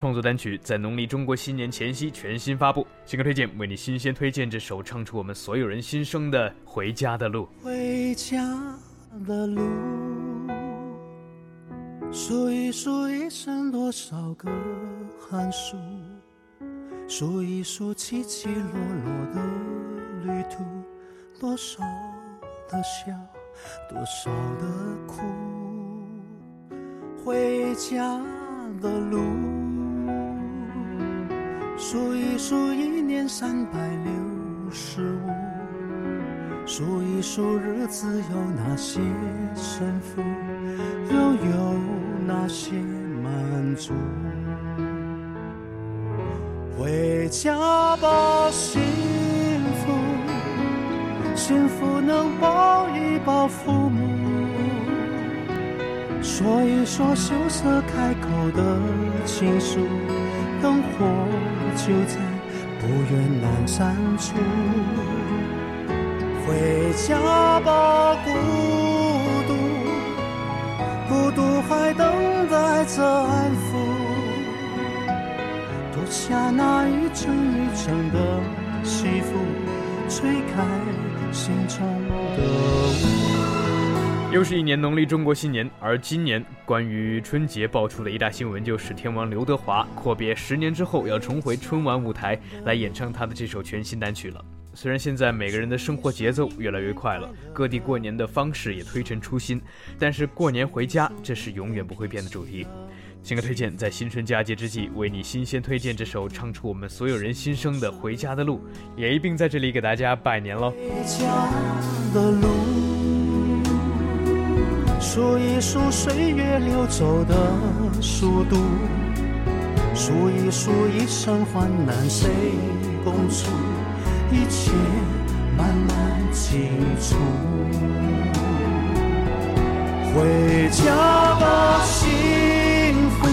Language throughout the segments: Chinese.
创作单曲在农历中国新年前夕全新发布。新歌推荐为你新鲜推荐这首唱出我们所有人心声的《回家的路》。回家的路，数一数一生多少个寒暑，数一数起起落落的旅途，多少的笑，多少的哭。回家的路，数一数一年三百六十五。数一数日子有哪些胜负，又有哪些满足。回家吧，幸福，幸福能抱一抱父母，说一说羞涩开口的情愫，灯火就在不远阑珊处。回家吧，孤独，孤独还等待着安抚。脱下那一层一层的西服，吹开心中的雾。又是一年农历中国新年，而今年关于春节爆出的一大新闻就是天王刘德华阔别十年之后要重回春晚舞台来演唱他的这首全新单曲了。虽然现在每个人的生活节奏越来越快了，各地过年的方式也推陈出新，但是过年回家这是永远不会变的主题。新歌推荐在新春佳节之际，为你新鲜推荐这首唱出我们所有人心声的《回家的路》，也一并在这里给大家拜年喽。回家的路，数一数岁月流走的速度，数一数一生患难谁共处，一切慢慢清楚。回家吧，幸福，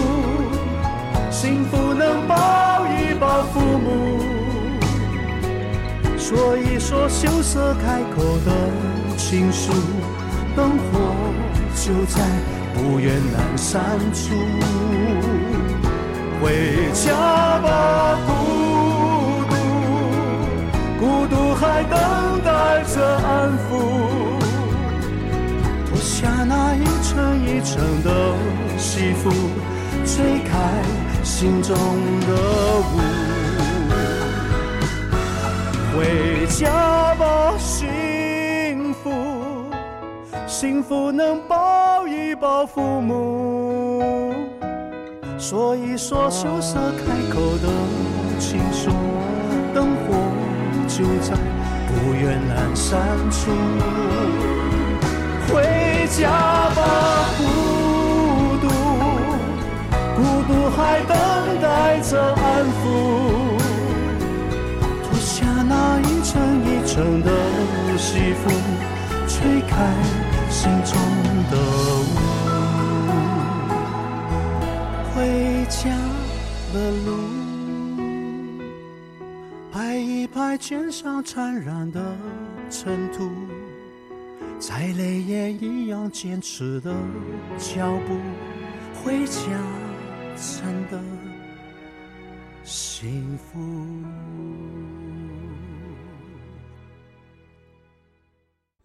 幸福能抱一抱父母。说一说羞涩开口的情书，灯火就在不远阑珊处。回家吧，孤独，孤独还等待着安抚。脱下那一层一层的西服，吹开心中的雾。回家吧，幸福，幸福能抱一抱父母，说一说羞涩开口的情书，灯火就在不远阑珊处。回家吧，孤独，孤独还等待着安抚。脱下那一层一层的西服，吹开心中的雾。回家的路，拍一拍肩上沾染的尘土，再累也一样坚持的脚步。回家真的幸福。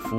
服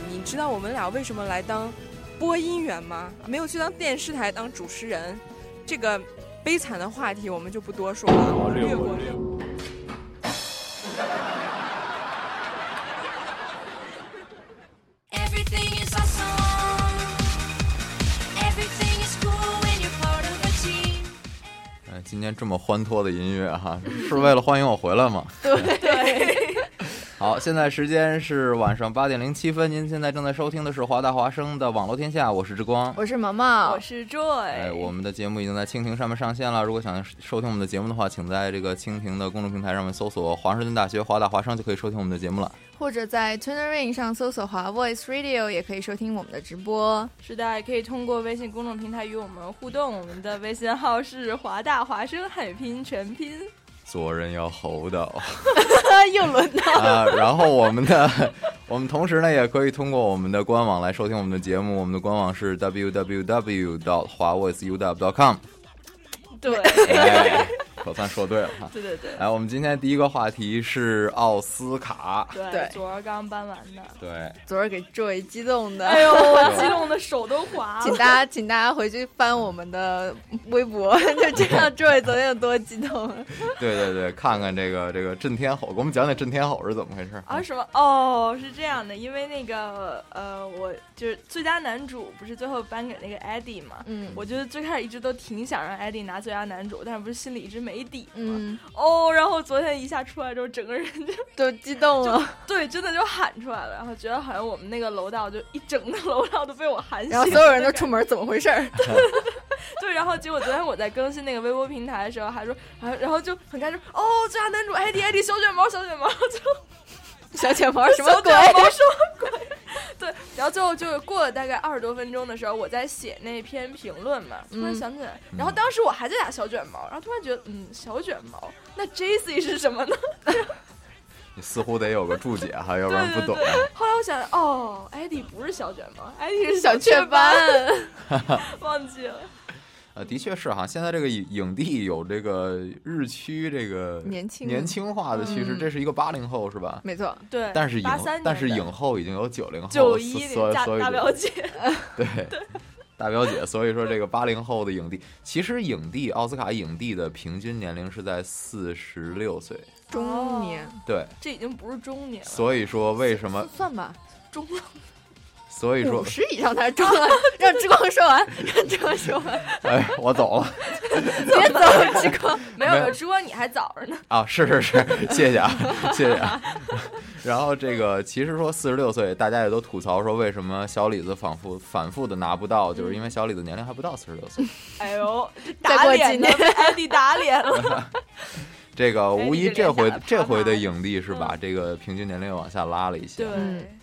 你知道我们俩为什么来当播音员吗？没有去当电视台当主持人，这个悲惨的话题我们就不多说了，略过。 Everything is awesome. Everything is cool when you're part of a team. 哎，今天这么欢脱的音乐哈，是为了欢迎我回来吗？ 对，好，现在时间是晚上八点零七分，您现在正在收听的是华大华生的网络天下，我是之光。我是毛毛我，是哎， Joy，我们的节目已经在蜻蜓上面上线了。如果想收听我们的节目的话，请在这个蜻蜓的公众平台上面搜索“华盛顿大学华大华生”就可以收听我们的节目了。或者在 Tunerin 上搜索华 Voice Radio，也可以收听我们的直播。是的，也可以通过微信公众平台与我们互动。我们的微信号是华大华生汉语拼音全拼。 做人要厚道。又轮到啊，然后我们的，我们同时呢也可以通过我们的官网来收听我们的节目，我们的官网是 www. 到华 voiceuw. com。对， 哎，可算说对了哈。对对对来，我们今天第一个话题是奥斯卡。对对，昨儿刚颁完的。对，昨儿给 Joy 激动 的，哎呦，我激动的手都滑请了。大家请大家回去翻我们的微博， 就知道 Joy 昨天有多激动了。对对对，看看这个这个震天吼，给我们讲讲震天吼是怎么回事。嗯嗯啊什么？哦，是这样的，因为那个呃，我就是最佳男主不是最后颁给那个 Eddie 嘛？嗯我觉得最开始一直都挺想让 Eddie 拿最佳男主，但是不是心里一直没底嘛？嗯，哦，然后昨天一下出来之后，整个人就 都激动了，对，真的就喊出来了，然后觉得好像我们那个楼道就一整个楼道都被我 喊醒，然后所有人都出。门，怎么回事 儿？ 对，然后结果昨天我在更新那个微博平台的时候，还说，还然后就很开心，哦，最佳男主艾迪艾迪小卷毛小卷毛，就小卷毛什么小鬼卷？毛什么鬼？对，然后最后就是过了大概二十多分钟的时候，我在写那篇评论嘛，突然嗯想起来，然后当时我还在打小卷毛，然后突然觉得，嗯，小卷毛，那 J C 是什么呢？你似乎得有个注解 哈，要不对然不对懂啊对。。后来我想，哦，艾迪不是小卷毛，艾迪是小雀雀斑， 忘记了。呃，的确是哈，现在这个影影帝有这个日趋这个年轻年轻化的趋势，嗯这是一个八零后是吧？没错，对，但是影八三，但是影后已经有九零后了，九一所零以大所以大就表姐， 对，大表姐。所以说，这个八零后的影帝，其实影帝奥斯卡影帝的平均年龄是在四十六岁。中年对，哦这已经不是中年了，所以说为什么算吧，中所以说五，十以上才是中 啊，让志光说完，让志光说完，哎，我 走了别走，志光，没有，有直播你还早着呢。啊，是是是，谢 谢啊，谢谢啊。然后这个其实说四十六岁，大家也都吐槽说为什么小李子反复反复的拿不到，就是因为小李子年龄还不到四十六岁。哎呦，这再打过脸几了，年被艾迪打脸 了。这个无哎你疑这这脸回打得这啪回啪的的影帝是把这个平均年龄往下拉了一些啊对。，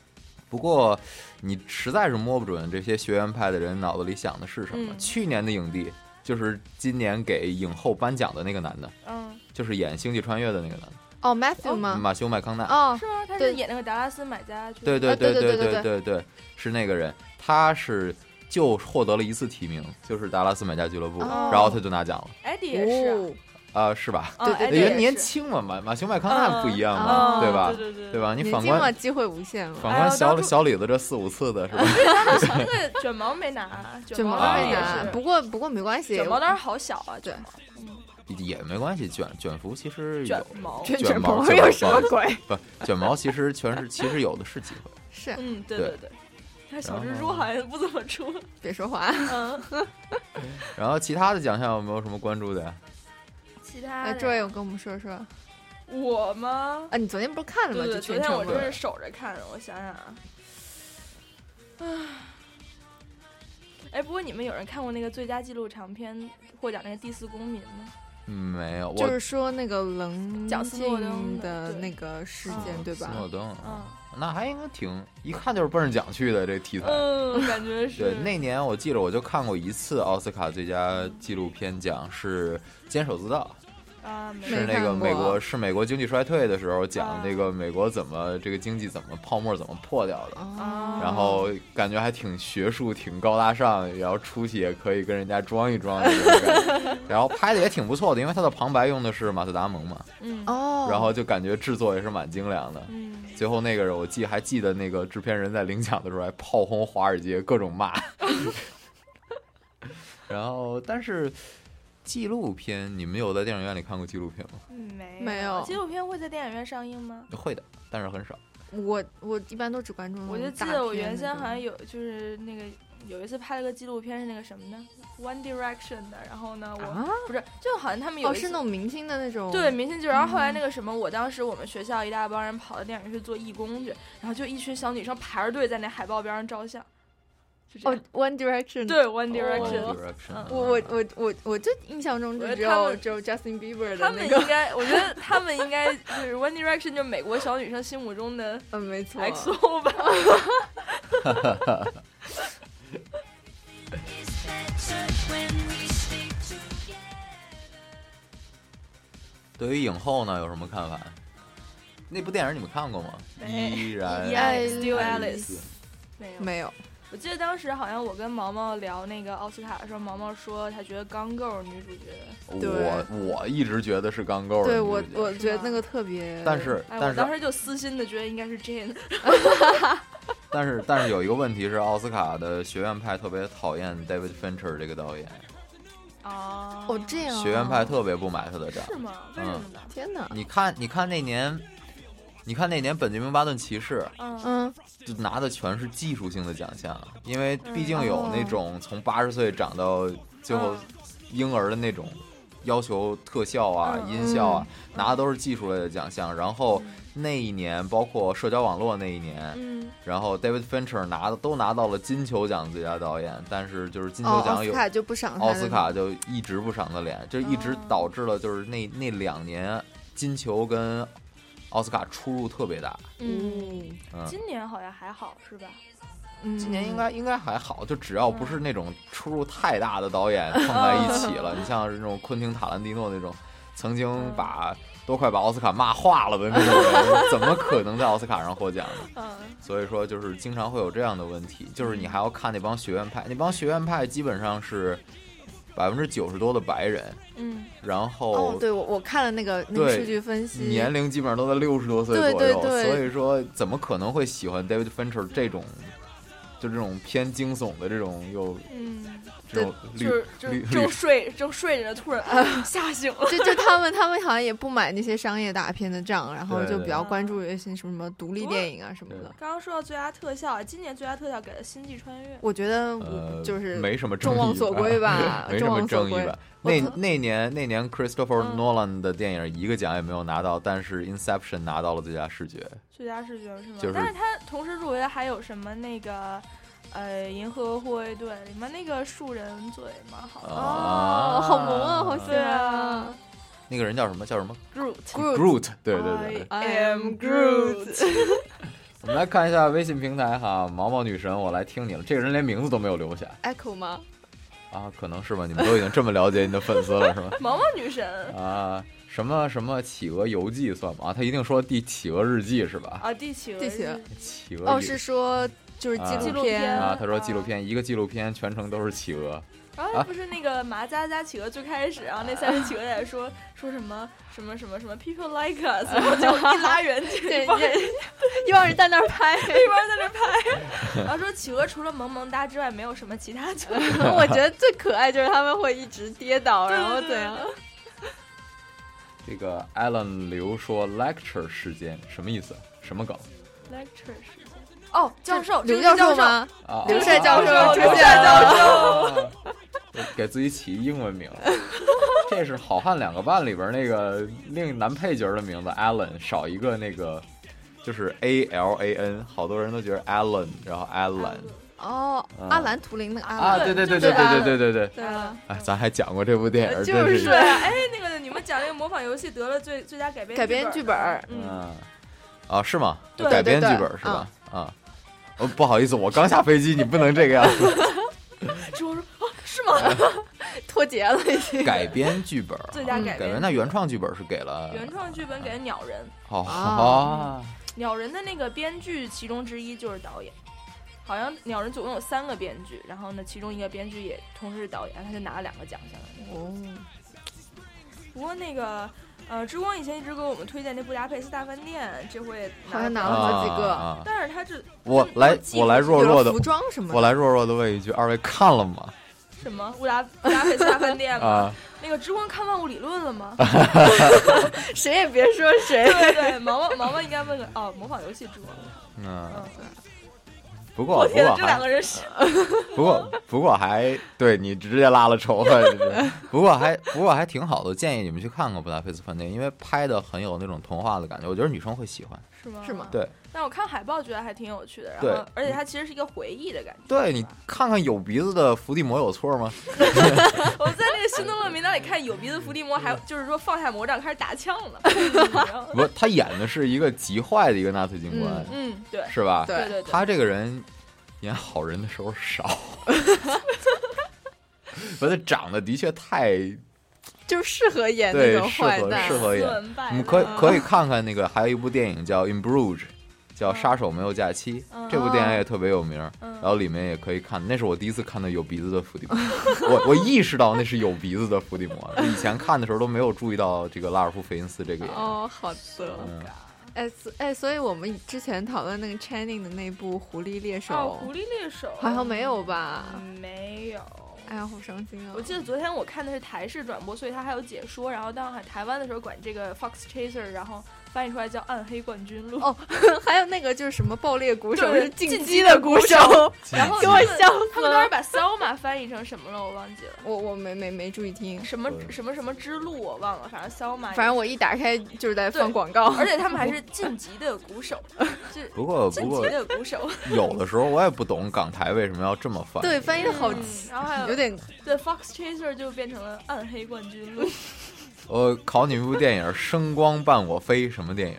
不过你实在是摸不准这些学院派的人脑子里想的是什么。嗯去年的影帝就是今年给影后颁奖的那个男的，嗯，就是演《星际穿越》的那个男的， 哦，Matthew 吗？马修麦康纳。哦是，吗？他对是演那个达拉斯买家去。对对啊对对对对对对对对，是那个人，他是就获得了一次提名，就是达拉斯买家俱乐部，哦然后他就拿奖了，艾迪也是哦啊。啊，是吧？啊艾迪也人是年轻嘛，马马修麦康纳不一样嘛，嗯嗯对吧？对对对对吧？你年反轻嘛，观机会无限嘛。反哎观呦小当初小李子这四五次的是吧？那个啊卷毛没拿，卷毛毛当当然然也拿，是。不过不过没关系。卷毛当时好小啊，对卷毛也没关系，卷卷福其实有卷毛卷卷毛毛卷有什么不好意鬼？思不，卷毛其实全是其实有的是机会。 是嗯，对对对对。他小蜘蛛好像不怎么出，别说话。嗯， 然后其他的奖项有没有什么关注的呀？其他那的这位，哎我跟我们说说我吗？啊，你昨天不是看对了吗？就对对，昨全天我程就是守着看的，我想想啊，唉哎，不过你们有人看过那个最佳纪录长片获奖那个《第四公民》 吗？嗯没有，就我是说那个棱讲斯诺镜登的的对那个事件，对斯诺吧？登，嗯那还应该挺，一看就是奔着奖去的这题材。嗯，感觉是对，那年我记得我就看过一次奥斯卡最佳纪录片奖，是《坚守自盗啊，》，没是没那个看过嗯美国是美国经济衰退的时候讲啊这个美国怎么这个经济怎么泡沫怎么破掉的。哦然后感觉还挺学术，挺高大上，然后出去也可以跟人家装一装的那种感觉，然后拍的也挺不错的，因为他的旁白用的是马特达蒙嘛，嗯哦，然后就感觉制作也是蛮精良的。嗯，最后那个人，我记还记得那个制片人在领奖的时候还炮轰华尔街，各种骂。 然后，但是纪录片，你们有在电影院里看过纪录片吗？没 没有嗯纪录片会在电影院上映吗？会的，但是很少。我我一般都只关注那种我就记大得我片原的先这好像种有，就是那个有一次拍了个纪录片，是那个什么呢？One Direction 的。然后呢，我、啊，不是，就好像他们有哦，一次、是那种明星的那种，嗯对，明星剧。然后后来那个什么，我当时我们学校一大帮人跑到电影院去做义工去，然后就一群小女生排着队在那海报边上照相，就这哦样。 ，One Direction，对，One 哦 One Direction，、 Direction，嗯我我我我我就印象中我就觉得只他有们只有 Justin Bieber 他的们那应个，该，我觉得他们应该就是 One Direction，就是美国小女生心目中的嗯，没错 嗯 XO 吧。 It's better when we stick together. 对于影后呢，有什么看法？那部电影你们看过吗？没依然依然 Still Alice 嗯没 有，没有，我记得当时好像我跟毛毛聊那个奥斯卡的时候，毛毛说他觉得《钢 girl》女主角，对我我一直觉得是钢构的对女我主角我觉得那个特别，但是哎，但我是当时就私心的觉得应该是 Jane。但是但是有一个问题是，奥斯卡的学院派特别讨厌 David Fincher 这个导演，哦哦这样啊，学院派特别不买他的账。是吗？为什么呢？天哪，你看，你看那年，你看那年本杰明·巴顿骑士嗯嗯，就拿的全是技术性的奖项，因为毕竟有那种从八十岁长到最后嗯婴儿的那种要求特效啊、嗯音效啊，拿的都是技术类的奖项。然后那一年，包括社交网络那一年，嗯，然后 David Fincher 拿的都拿到了金球奖最佳导演，但是就是金哦，球奥奖斯有卡就不赏他奥的斯卡就一直不赏他脸，就一直哦导致了就是那那两年金球跟奥斯卡出入特别大。嗯，嗯，今年好像还好是吧？嗯，今年应该应该还好，就只要不是那种出入太大的 导演碰在一起哦了，你像是那种昆汀塔兰蒂诺那种曾嗯经把都快把奥斯卡骂化了的那种人，怎么可能在奥斯卡上获奖呢？ 嗯所以说，就是经常会有这样的问题，就是你还要看那帮学院派，那帮学院派基本上是百分之九十多的白人，嗯，然哦，后对我我看了那个那个对数据分析，年龄基本上都在六十多岁对左右，对对所以说怎么可能会喜欢 David Fincher 这种就这种偏惊悚的这种又嗯，这种就绿是就绿是绿正睡正睡着，突然啊 吓醒了。就就他们，他们好像也不买那些商业大片的账，然后对就对比较关注一些什么什么独立电影啊什么的。 刚刚说到最佳特效，哎今年最佳特效给了《星际穿越》。我觉得我呃就是没什么争众议望所归吧 ，没什众么望所争议归吧。。我嗯那特那年那年 Christopher Nolan 的电影一个奖也没有拿到，但是 Inception 拿到了最佳视觉。最佳视觉是吗？就是但是它同时入围的还有什么那个，呃，《银河护卫队》里面那个树人嘴蛮好的啊哦好萌啊好对啊那个人叫什么？叫什么 Groot Groot，对对哎对。 I am Groot。我们来看一下微信平台哈，毛毛女神，我来听你了。这个人连名字都没有留下 Echo 吗？啊，可能是吧？你们都已经这么了解你的粉丝了，是吗？毛毛女神 啊，什么什么企鹅游记算吗？啊，他一定说第企鹅日记是吧？啊，地企鹅，地企鹅企鹅哦，日是说就是啊纪录嗯啊，他说纪录片，一个纪录片全程都是企鹅。然后啊不是那个麻扎扎企鹅最开始，然后那三只企鹅在说说什么什么什么什么 people like us，然后就一拉远就对一帮人也一帮人在那儿拍， 一帮人在那儿拍，然后说企鹅除了萌萌哒之外没有什么其他作用。 我觉得最可爱就是他们会一直跌倒，对然后啊对怎样？这个 Alan 刘说 lecture 时间什么意思？什么梗？ lecture 时间哦，教授，刘这个教授吗啊，刘帅教授出刘现帅教 了授，给自己起英 文名，这是《好汉两个半》里边那个另男配角的名字 Alan，少一个那个就是 A L A N，好多人都觉得 Alan，然后 Alan 哦，啊阿兰图灵那个阿啊，兰对对对就是对阿兰对对对对对啊哎，咱还讲过这部电影，就真是 是哎，那个你们讲那个模仿游戏得了最最佳改编改编剧剧本儿，嗯，嗯，啊，是吗？对改编剧对对本是吧？啊，哦，不好意思，我刚下飞机，你不能这个样子。是我说哦，是嗯吗？啊 脱节了已经。改编剧本，嗯最佳改编改编，那原创剧本是给了原创剧本给了鸟人，哦啊哦，鸟人的那个编剧其中之一就是导演，好像鸟人总共有三个编剧，然后呢，其中一个编剧也同时是导演，他就拿了两个奖项。哦，不过那个呃，之光以前一直给我们推荐那布达佩斯大饭店，这回好像拿拿了好几个啊啊但是他这我来我来弱弱的有了服装什么的我来弱弱的问一句，二位看了吗？什么布达布达佩斯大饭店嘛，啊那个之光看万物理论了 吗？谁也别说谁。对对，毛毛毛毛应该问个哦，模仿游戏之光。嗯，嗯，不过我不天哪，过这两还个 人是不过不过还对你直接拉了仇恨，你这不过还不过还挺好的，建议你们去看看《布达佩斯饭店》，因为拍的很有那种童话的感觉，我觉得女生会喜欢。是吗？是吗？对但我看海报觉得还挺有趣的，然对后而且它其实是一个回忆的感觉。对，你看看有鼻子的伏地魔有错吗？我在那个《行动论名单》里看有鼻子伏地魔，还就是说放下魔杖开始打枪了。不，他演的是一个极坏的一个纳粹军官，嗯，对，是吧？对对对，他这个人演好人的时候少， 不，他长得的确太就是适合演那对，种适坏合蛋，适合演文败。你可以类可以看看那个，还有一部电影叫《In Bruges》，叫《嗯杀手没有假期》，这部电哦影也特别有名，然后里面也可以看。那是我第一次看到有鼻子的伏地魔，我我意识到那是有鼻子的伏地魔，以前看的时候都没有注意到这个拉尔夫·费因斯这个演员。哦，好的。嗯哎，所哎，所以我们之前讨论那个 Channing 的那部《狐狸猎手》哦，狐狸猎手嗯好像没有吧？没有。哎呀，好伤心啊！我记得昨天我看的是台式转播，所以它还有解说。然后当海台湾的时候管这个 Fox Chaser，然后翻译出来叫《暗黑冠军录》。哦， 还有那个就是什么爆裂鼓手，对 是进击击的的鼓鼓 手手，然后给我他们笑他死们当了时。把 Selma 翻译成什么了？我忘记了。 我我没没没注意听，什么什么什么之路我忘了，反正 Selma 也。反正我一打开就是在对放广告， 而且他们还是晋级的鼓手，是不过不晋过级的鼓手。 有的时候我也不懂港台为什么要这么翻。对翻译的好嗯，然后还有有点对 Fox Chaser 就变成了暗黑冠 军路。我考你们一部电影《声光伴我飞》，什么电影？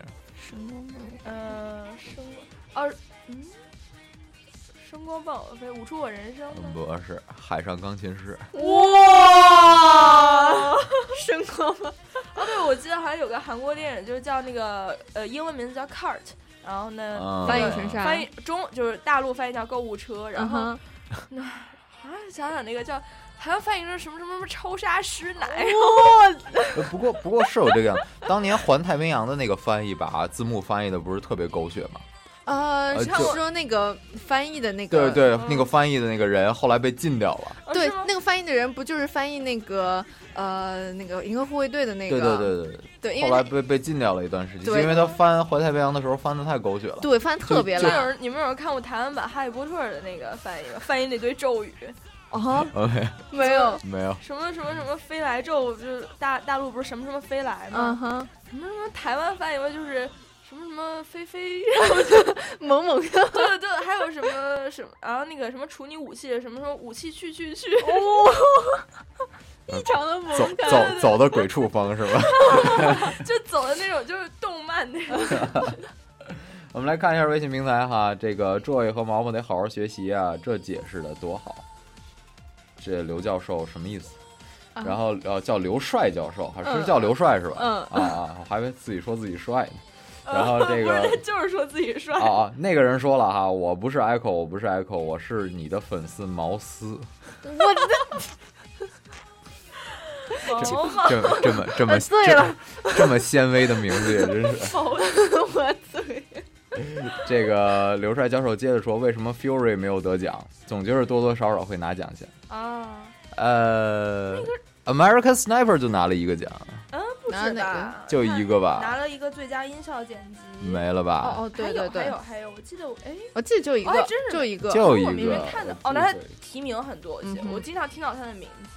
声光伴，呃，声光，啊，嗯，声光伴我飞，舞出我人生 吗。嗯不是《海上钢琴师》。 哇，声光吗？哦，对，我记得好像有个韩国电影，就是叫那个呃，英文名字叫 Cart，然后呢啊，翻译成啥翻译中就是大陆翻译叫购物车，然后嗯哼啊，想想那个叫，好像翻译成什么什么什么超杀师 奶，呃不过啊不过是有这个样，当年《环太平洋》的那个翻译把字幕翻译的不是特别狗血嘛，呃，呃上就次说那个翻译的那对个，嗯对，嗯那个翻译的那个人后来被禁掉了。哦对，那个翻译的人不就是翻译那个呃那个银河护卫队的那对个？对对对对因为后来他被被禁掉了一段时间，对嗯就因为他翻《怀太平洋》的时候翻的太狗血了。对翻得特别就没就有人，你们有人看过台湾版《哈利波特》的那个翻译吗？翻译那堆咒语，哦， OK， 没有没有，什么什么什么飞来咒，就是大大陆不是什么什么飞来吗？嗯哼，什么什么台湾翻译过来就是什么什么 飞飞，然后就萌萌的，对对对，还有什么什么，然后那个什么处女武器，什么什么武器去去去，哦，异常的呃走走走的鬼畜风是 吧？ 就走的那种，就是动漫那种。我们来看一下微信平台哈，这个 Joy 和毛毛得好好学习啊，这解释的多好。这刘教授什么意思？啊然后呃叫刘帅教授，还嗯是叫刘帅是吧？嗯啊啊，我还以为自己说自己帅呢。 然后这不是个他就是说自己帅啊啊，那个人说了哈，我不是 Echo，我不是 Echo，我是你的粉丝毛丝。我的毛毛啊这这么这么醉啊了，这这么啊纤维的名字也真 是。毛我嘴。哎这个刘帅教授接着说，为什么 Fury 没有得奖？总觉得多多少少会拿奖项。啊，呃，American Sniper 就拿了一个奖，嗯，不拿止哪个吧？就一个吧拿了一个最佳音效剪辑，没了吧？哦哦，对对对还有还有，还有，我记得我哎，我记得就一个哦还真是就一个就我一个明明看的哦，我记得那他提名很多，我记得嗯哼我经常听到他的名字。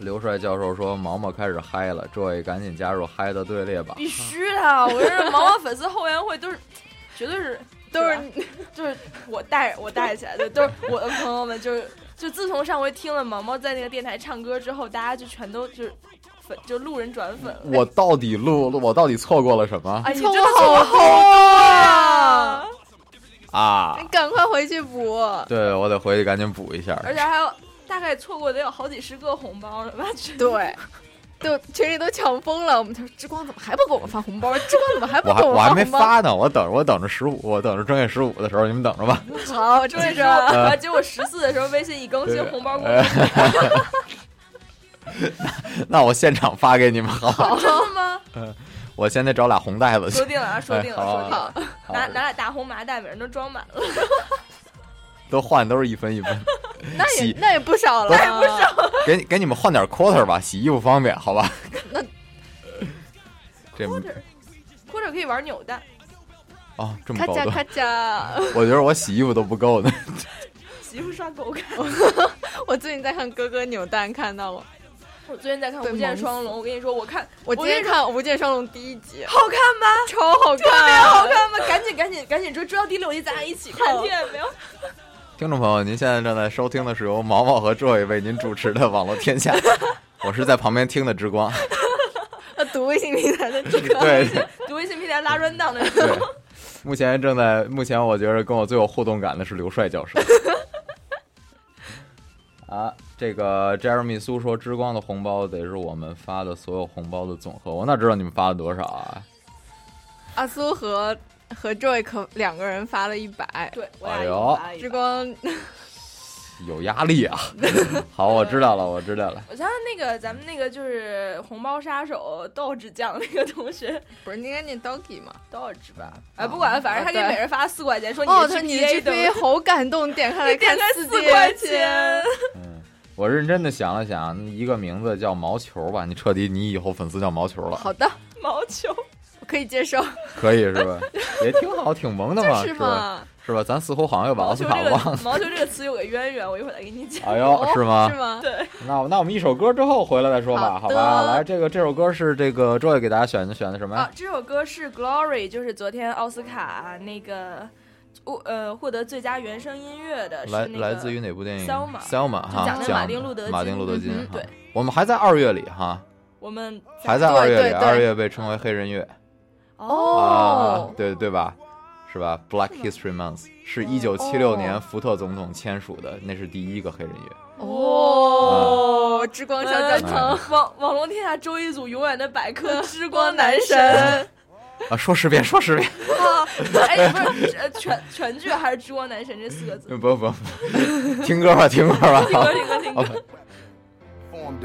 刘帅教授说，毛毛开始嗨了，这位赶紧加入嗨的队 列吧。必须的 啊，我是毛毛粉丝后援会，都是绝对是 都是吧就是我带我带起 来的，都是我的朋友们，就是就自从上回听了毛毛在那个电台唱歌之后，大家就全都就是粉，就路人转粉了。我到底录，我到底错过了什么哎，你凑真的合好多呀！啊你？赶快回去补。对，我得回去赶紧补一下。而且还有大概错过得有好几十个红包了吧？全对，就群里都抢疯了。我们就说志光怎么还不给我们发红包？志光怎么还不我给还们我发还没红包？发呢，我等着我等着十五，我等着正月十五的时候，你们等着吧。好，这对是着，然后呃结果十四的时候微信一更新，红包过来呃 那我现场发给你们好吧？哦 真的吗？嗯， 我先得找俩红 袋子去。说定了啊，说定了，哎好说定好了，好拿拿俩大红麻袋，每人都装满了，都换都是一分一分， 那也洗那也不少了，啊那也不少。给你给你们换点 quarter 吧，洗衣服方便，好吧？那这或者可以玩扭蛋。哦这么咔高嚓端，咔嚓。我觉得我洗衣服都不够呢。 媳妇刷狗感。 我最近在看《哥哥扭蛋》，看到了。我最近在看《对无萌剑死双龙》，我跟你说，我看我今跟天你看《无间双龙》第一集，好看吗？超好看，特别好看吗？赶紧赶紧赶紧追，追到第六集，咱俩一起看，听见没有？听众朋友，您现在正在收听的是由毛毛和 Joy 为您主持的《网络天下》， 我是在旁边听的之光。呃读微信平台 的这个， 对对读微信平台拉软档的人，对，目前正在目前我觉得跟我最有互动感的是刘帅教授。 啊，这个 Jeremy 苏说，之光的红包得是我们发的所有红包的总和，我哪知道你们发了多少啊？阿苏和和 Joy 可两个人发了一百，对，我哎呦， 之光有压力啊！ 好，我知道了，我知道了。我想想那个咱们那个就是红包杀手道志酱那个同学，不是应该念 Doggy 吗？啊道志吧？哎，不管了，反正他给每人发四块钱，说哦，的他你 GPA 等于 GPA 好感动，点开来点看开四四块钱钱，我认真的想了想，一个名字叫毛球吧，你彻底你以后粉丝叫毛球了，好的，毛球，我可以接 受，可以是 吧？也挺好，挺萌的嘛，就是吧？嘛。是吧？咱似乎好像又把奥毛斯球卡这个忘了。毛球这个词有个渊源，我一会儿再给你讲。哎呦，是吗？是吗？对，那我那我们一首歌之后回来再说吧，好好的吧？来，这个这首歌是这个 Joy 给大家选的选的什么啊呀？，这首歌是《Glory》，就是昨天奥斯卡那个，我呃获得最佳原声音乐啊的，是来那个来自于哪部电影 Selma ？Selma 就哈讲，的讲马丁路德马金丁路德金嗯。哈对，我们还在二月里哈，我们还在二月对里，对二月被称为黑人月啊哦，，对对吧？是吧？Black History Month 是一九七六年福特总统签署的，那是第一个黑人月。哦，之光小哎教堂，网网络天下周一组永远的百嗯科之光男神 神啊，说十遍，说十遍，啊！哎，不是 呃全全剧还是之光男神嗯这四个字？ 不不不，听歌吧，听歌吧。听歌听歌听歌好吧 Form Armed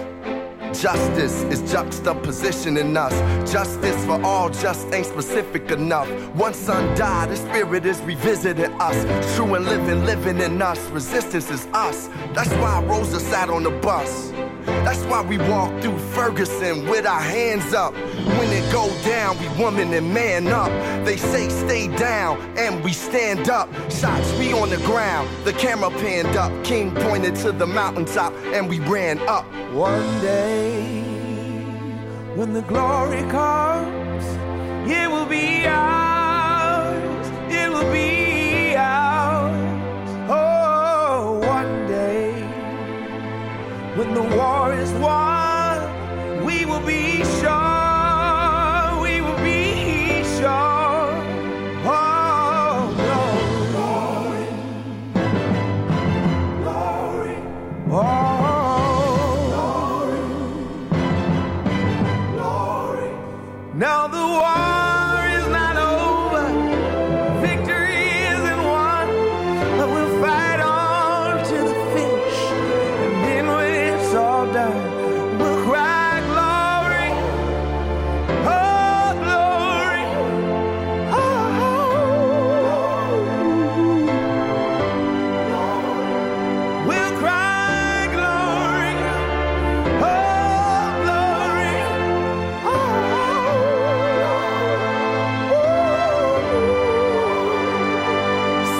Justice is juxtapositioning us. Justice for all just ain't specific enough. One son died, the spirit is revisiting us. True and living, living in us. Resistance is us. That's why Rosa sat on the bus. That's why we walk through Ferguson with our hands up. When it go down, we woman and man up. They say stay down, and we stand up. Shots we on the ground, the camera panned up. King pointed to the mountaintop, and we ran up. One day, when the glory comes, it will be ours. It will be ours. Oh, one day, when the war is won, we will be sure. We will be sure. Oh, glory, glory, oh, glory. Now the war is not over. Victory isn't won, but we'll fight on to the finish. And then when it's all done, we'll cry glory, oh glory, oh. We'll cry glory, oh glory,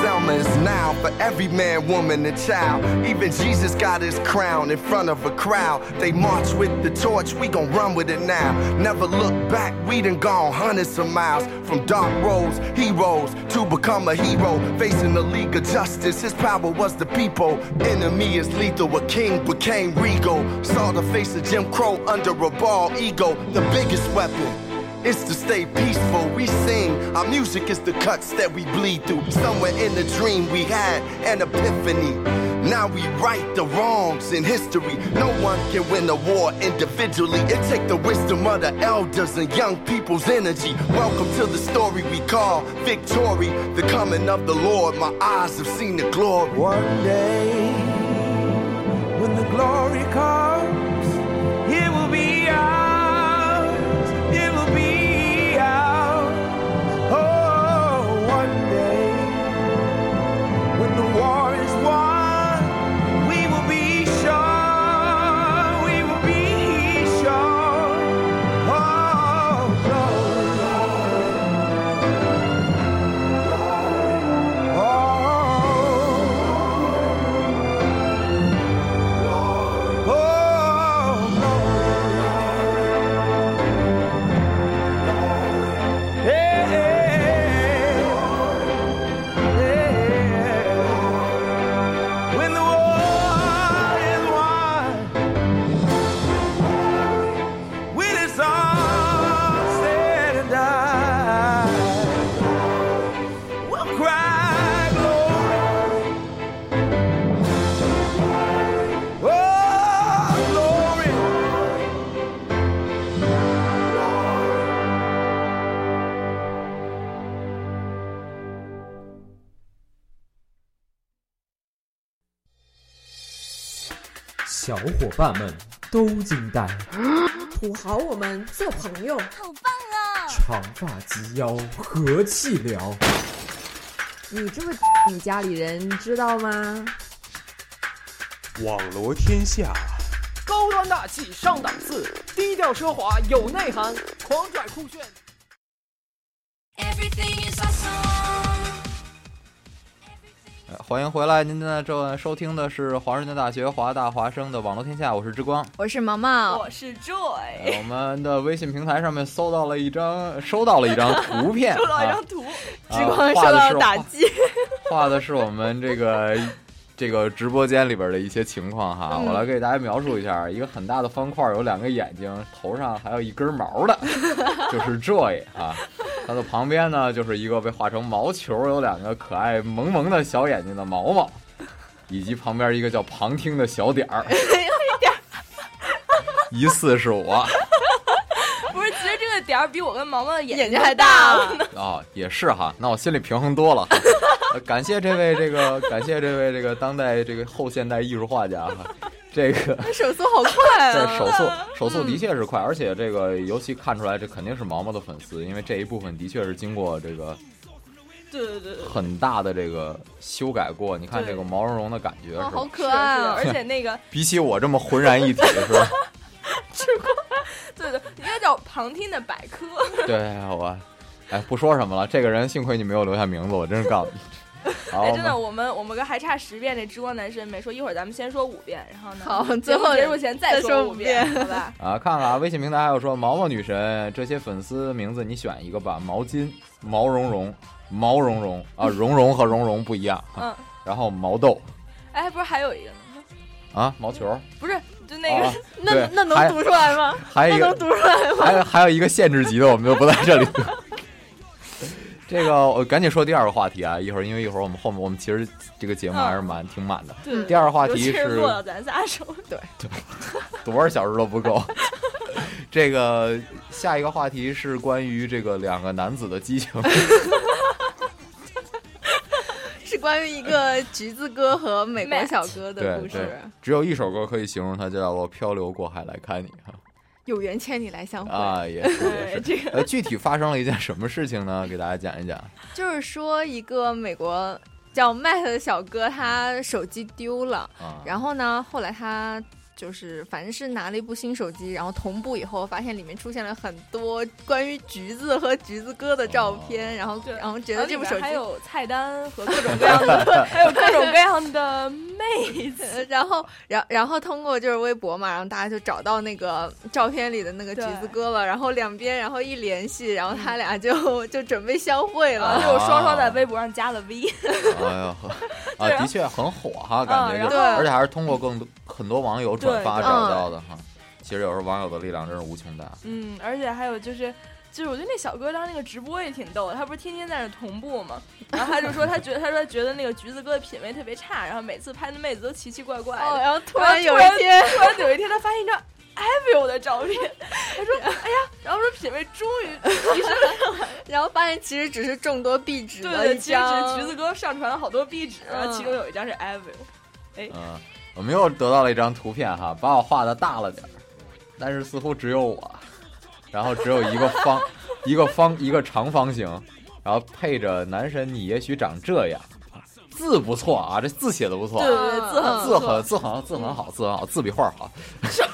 Selma is now for every man, woman, and child. Even Jesus got his crown in front of a crowd. They march with the torch, we gon' run with it now. Never look back, we done gone hundreds of miles. From dark roads, heroes, to become a hero. Facing the League of Justice, his power was the people. Enemy is lethal, a king became regal. Saw the face of Jim Crow under a bald ego, the biggest weapon. It's to stay peaceful, we sing. Our music is the cuts that we bleed through. Somewhere in the dream we had an epiphany. Now we right the wrongs in history. No one can win a war individually. It take the wisdom of the elders and young people's energy. Welcome to the story we call victory. The coming of the Lord. My eyes have seen the glory. One day. When the glory comes, it will be ours. It will be ours. Oh, one day when the war is won, we will be sure. We will be sure. Oh, glory, glory, oh. 小伙伴们都惊呆，土豪我们做朋友，好棒啊！长发及腰 和气聊，你这么你家里人知道吗？网罗天下，高端大气上档次，低调奢华有内涵，狂拽酷炫。 Everything is awesome. 呃欢迎回来，您现在正收听的是华盛顿大学华大华生的网络天下，我是之光。我是毛毛，我是呃 Joy，我们的微信平台上面搜到了一张，收到了一张图 片，收到一啊张图，啊之光受画的到是了打 击。画的是我们这个这个直播间里边的一些情况哈，嗯我来给大家描述一下，一个很大的方块，有两个眼睛，头上还有一根毛的，就是 Joy 啊。它的旁边呢，就是一个被画成毛球，有两个可爱萌萌的小眼睛的毛毛，以及旁边一个叫旁听的小点儿，疑似是我。点儿比我跟毛毛的眼眼睛睛还还大啊大了了。哦，也是哈，那我心里平衡多了哈。呃感谢这位这个，感谢这位这个当代这个后现代艺术画家哈，这个那手速好快这嗯啊！手速手速的确是快，而且这个尤其看出来这肯定是毛毛的粉丝，因为这一部分的确是经过这个对对对对。很大的这个修改过。你看对这个毛茸茸的感觉哦是好吧？可爱啊！ 而且那个比起我这么浑然一体是吧？ 吃过，对对，应该叫旁听的百科。对，我哎不说什么了，这个人幸亏你没有留下名字，我真是告 诉你。好， 哎，我真的，们我们我们个还差十遍这直播男神没说，一会儿咱们先说五遍，然后呢，好节目最后结束前再说说五遍，遍好 吧？啊，看看啊，微信平台还有说毛毛女神这些粉丝名字，你选一个吧。毛巾、毛茸茸、毛茸茸啊，茸茸和茸茸不一样。啊嗯，然后毛豆哎，不是还有一个呢吗？啊，毛球，不是，就 那个，哦对还来吗？ 还有一个出来 还有还有一个限制级的，我们就不在这里。这个我赶紧说第二个话题啊，一会儿因为一会儿我们后面我们其实这个节目还是蛮挺满的。对，第二个话尤题其是落到咱仨手里，对，多少小时都不够。 这个下一个话题是关于这个两个男子的激情。是关于一个橘子哥和美国小哥的对故对事，，只有一首歌可以形容它，就叫做《漂流过海来看你》哈有缘千里来相会。啊，也是也是。这个 呃，具体发生了一件什么事情呢？给大家讲一讲。就是说一个美国叫 Matt 的小哥，他手机丢了，啊然后呢，后来他。就是，反正是拿了一部新手机，然后同步以后，发现里面出现了很多关于橘子和橘子哥的照哦片，然后然后觉得这部手机还 有菜单和 各种各样的，还有各种各样的妹子， 然后，然然后通过就是微博嘛，然后大家就找到那个照片里的那个橘子哥了，然后两边然后一联系，然后他俩就、 就准备相会了，啊就双双在微博上加了 V， 哎呀，啊，的确很火哈，感觉就是，然后而且还是通过更多很多网友转发对找对到的哈。其实有时候网友的力量真是无穷大。嗯，而且还有就是。就是我觉得那小哥当时那个直播也挺逗的，他不是天天在那同步嘛，然后他就说他觉得他说他觉得那个橘子哥的品味特别差，然后每次拍的妹子都奇奇怪怪的，哦然后突然然有一天突然有一天他发现一张 Avio 的照片，他说哎呀，然后说品味终于提升了， 然后发现其实只是众多壁纸对的对，一其实只是张橘子哥上传了好多壁纸，然后嗯其中有一张是 Avio，哎，嗯，我们又得到了一张图片哈，把我画的大了点儿，但是似乎只有我， 然后只有一个方， 一个方，一个长方形，然后配着男神你也许长这样，字不错啊，这字写的不错，对对对字很字不错很字很字很好，字很好，字比画儿好。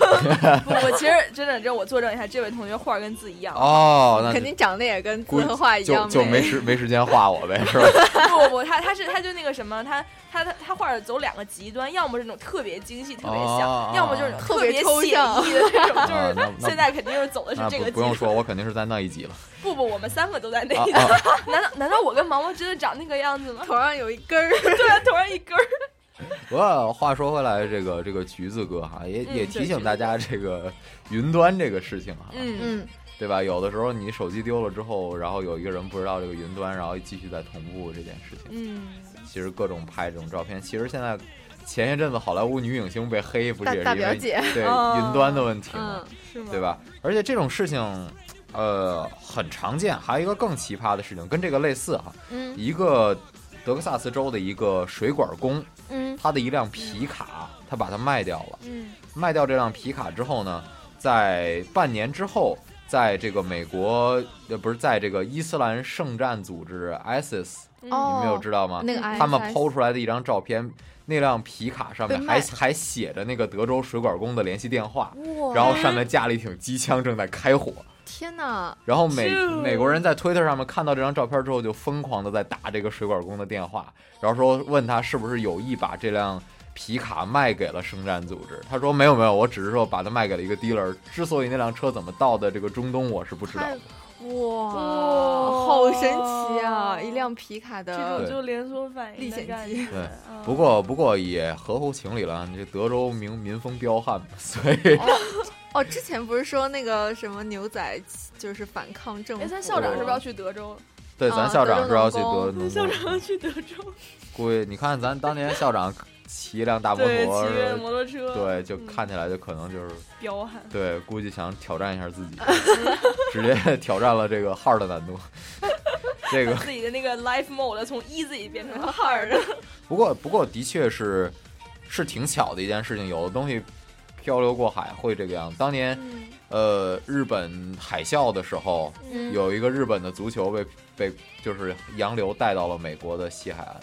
我其实真的，这我作证一下，这位同学画儿跟字一样。哦那嗯肯定长得也跟估字计和画一就样就没美时没时间画我呗，是吧？不不不，他他是他就那个什么，他他他他画的走两个极端，要么是那种特别精细、特别像，哦要么就是那种特啊特别别啊抽写意象的这种，就啊那是那现在肯定是 走的是那这不个不用极端。说，我肯定是在那一集了。不不，我们三个都在那啊一啊段。难道难道我跟毛毛真的长那个样 子吗？头上有一根儿，对啊，头上一根儿。不过话说回来，这个这个橘子哥哈，也嗯也提对橘醒子大家这个云端这个事情哈，嗯嗯，对吧？有的时候你手机丢了之后，然后有一个人不知道这个云端，然后继续在同步这件事情。嗯，其实各种拍这种照片，其实现在前些阵子好莱坞女影星被黑，不大是也大是因表为姐对哦云端的问题吗？嗯是对？吧？而且这种事情，呃，很常见。还有一个更奇葩的事情，跟这个类似哈，嗯一个德克萨斯州的一个水管工，嗯他的一辆皮卡，他把它卖掉了。嗯卖掉这辆皮卡之后呢，在半年之后，在这个美国呃不是在这个伊斯兰圣战组织 ISIS，、嗯哦你们有知道吗？那个他们 ISIS 抛出来的一张照片，那辆皮卡上面被卖还还写着那个德州水管工的联系电话哇，然后上面架了一挺机枪正在开火。天哪！然后美就美国人在推特上面看到这张照片之后，就疯狂的在打这个水管工的电话，然后说问他是不是有意把这辆皮卡卖给了圣战组织。他说没有没有，我只是说把它卖给了一个 dealer。之所以那辆车怎么到的这个中东，我是不知道的。哇，好神奇啊！一辆皮卡的这种对就连锁反应历的险感记觉。嗯对，嗯不过不过也合乎情理了，这德州民民风彪悍嘛，所以哦，之前不是说那个什么牛仔就是反抗政府？哎，咱校长是不是要去德州？对咱啊校长德州是要农工去德农校工 长要去德州，估计你看咱当年校长骑一辆大摩托，对骑个摩托车对，就看起来就可能就是彪悍对，估计想挑战一下自己， 直接挑战了这个号的难度。这个把 自己的那个 life mode 从 easy 变成了 hard，不过不过的确是是挺巧的一件事情，有的东西漂流过海会这个样子。当年、呃日本海啸的时候，嗯有一个日本的足球被被就是洋流带到了美国的西海岸。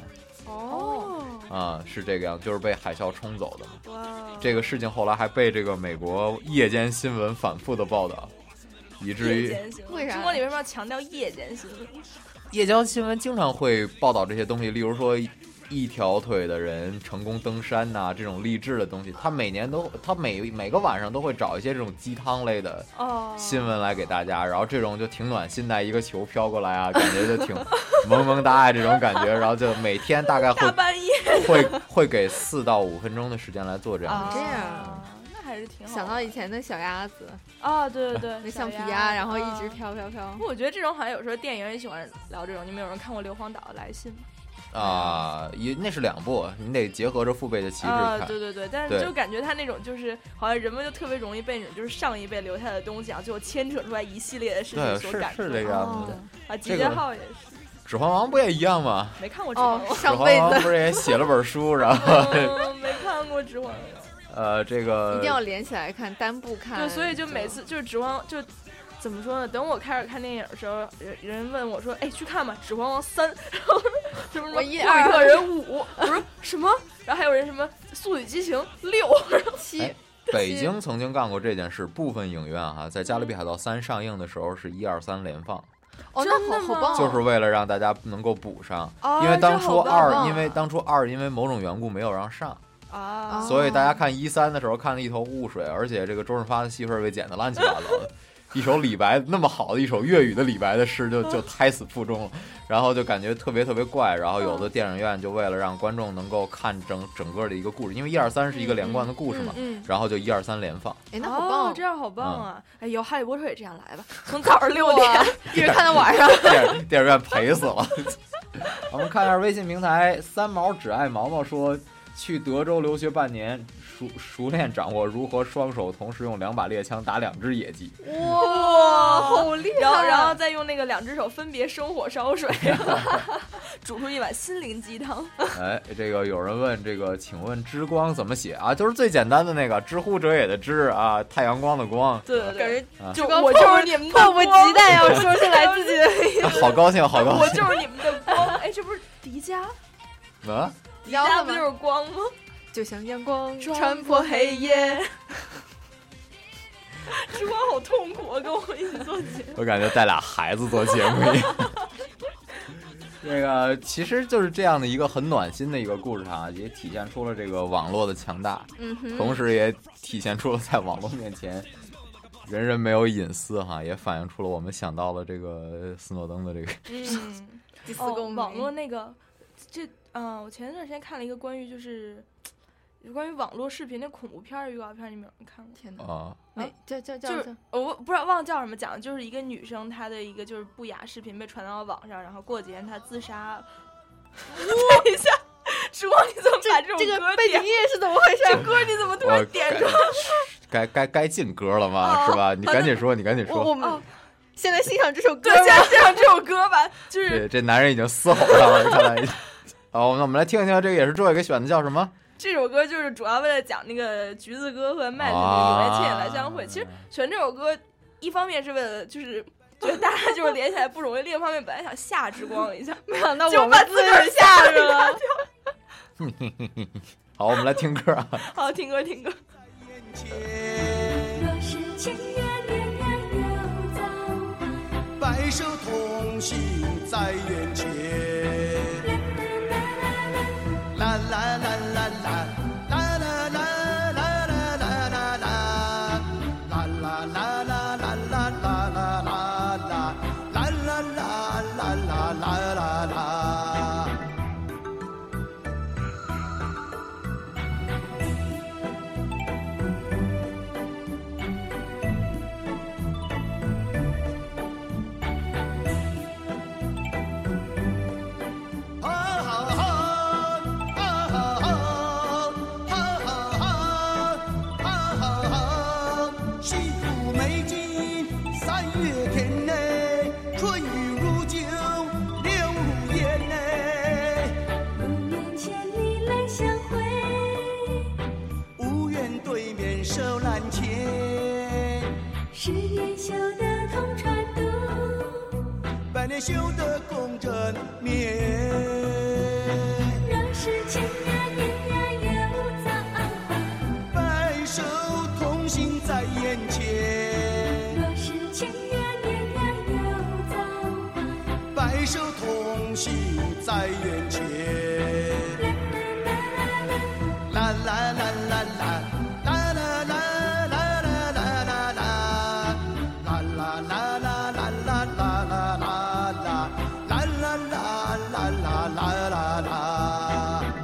哦，哦啊、是这个样，就是被海啸冲走的嘛。这个事情后来还被这个美国夜间新闻反复的报道，以至夜于间新闻。中国里为什么要强调夜间新闻？夜间新闻经常会报道这些东西，例如说一条腿的人成功登山呐、这种励志的东西。他每年都，他每每个晚上都会找一些这种鸡汤类的哦新闻来给大家，然后这种就挺暖心的，一个球飘过来啊，感觉就 挺萌萌哒啊这种感觉，然后就每天大概会大半夜 会会给四到五分钟的时间来做这样的啊事。这样。那还是挺好。想到以前的小鸭子啊，对对对， 那橡皮小鸭，然后啊一直飘飘飘不。过我觉得这种好像有时候电影也喜欢聊这种。你们有人看过《硫磺岛的来信》吗？啊，一那是两部，你得结合着父辈的旗帜啊看。，对对对，但是就感觉他那种就是好像人们就特别容易被那种就是上一辈留下的东西，然啊后最后牵扯出来一系列的事对情所是感触。是这个样子哦对啊，集这结个号也是指环王》不也一样吗？没看过《指哦环王》 指环王》不是也写了本书，然后 嗯，没看过《指环王》。 呃，这一个定要连起来看，单不看。对，所以就每次就是《指环王》就怎么说呢？等我开始看电影的时候，人人问我说：“哎，去看吧，《指环王三》。” 然后什么什么我《一霍比特二人五》，我说什么？然后还有人什么《速度与激情六》七哎北京曾经干过这件事，部分影院哈、在《加勒比海盗三》上映的时候是一二三连放，哦，那好好棒，就是为了让大家能够补上，哦因为当初这好棒二啊因为当初二因为某种缘故没有让上。啊所以大家看一三的时候看得一头雾水，而且这个周润发的戏份被剪得乱七八糟的，一首李白那么好的一首粤语的李白的诗就 就胎死腹中了，然后就感觉特别特别怪。然后有的电影院就为了让观众能够看整整个的一个故事，因为一二三是一个连贯的故事嘛，嗯嗯嗯然后就一二三连放。哎，那好棒哦，这样好棒啊！哎，以后《哈利波特》也这样来吧，从早上 六点哇 一直看到晚上。 电影电影院赔死了。 我们看一下微信平台，三毛只爱毛毛说，去德州留学半年，熟熟练掌握如何双手同时用两把猎枪打两只野鸡。 哇好厉害然后，然后再用那个两只手分别生火烧水， 煮出一碗心灵鸡汤。 哎，这个有人问这个，请问“之光”怎么写啊？就是最简单的那个“知乎者也”的“知”啊，太阳光的“光对对 对，啊就刚我就是迫你们的迫不光及待要说出 来自己的”， 啊好高兴，好高我兴就是你们的光。哎，这不是迪迦？啊！迪迦不就是光吗？ 就像阳光穿破黑夜。 之光好痛苦啊，跟我一起做节目。我感觉带俩孩子做节目一样。这个其实就是这样的一个很暖心的一个故事啊，也体现出了这个网络的强大，嗯哼同时也体现出了在网络面前人人没有隐私哈，也反映出了我们想到了这个斯诺登的这个嗯， 第四哦公民网络那个，这嗯、呃我前一段时间看了一个关于就是有关于网络视频的恐怖片儿预告片儿，你们有人看过？天哪！ 啊，哎，叫叫叫就叫是我忘不知道忘了叫什么讲，的，就是一个女生她的一个就是不雅视频被传到了网上，然后过几天她自杀。 等一下，时光你怎么把这种这个歌背景点音乐是怎么回事这歌你怎么突然我点该出来？哦该该该进歌了嘛，哦是吧？你赶紧说，你赶紧我我说。们现在欣赏这首歌对，现在吧。欣赏这首歌吧，就这是这男人已经嘶吼上了，看来已经。好，那我们来听一听，这个也是周伟给选的，叫什么？ 这首歌就是主要为了讲那个橘子哥和麦子有啊缘千里来相会。其实选这首歌，一方面是为了就是。觉得大家就是连起来不容易，另一方面本来想吓之光一 下，没想到结果我们把自个儿吓着了。 好，我们来听歌啊。好，听歌听歌。若是情缘恋爱流走，白首同行在眼前。啦啦啦啦啦。啦啦啦啦啦啦啦啦啦啦啦啦啦啦啦啦啦啦啦啦啦啦啦啦啦。袖的共枕眠。让时间呀年呀也无杂憾，白首同行在眼前，若是千呀年呀也无杂憾，白首同行在眼前。啦啦啦啦啦。啦啦啦啦啦啦啦啦啦啦啦啦啦啦啦啦啦啦啦啦啦啦啦啦啦啦。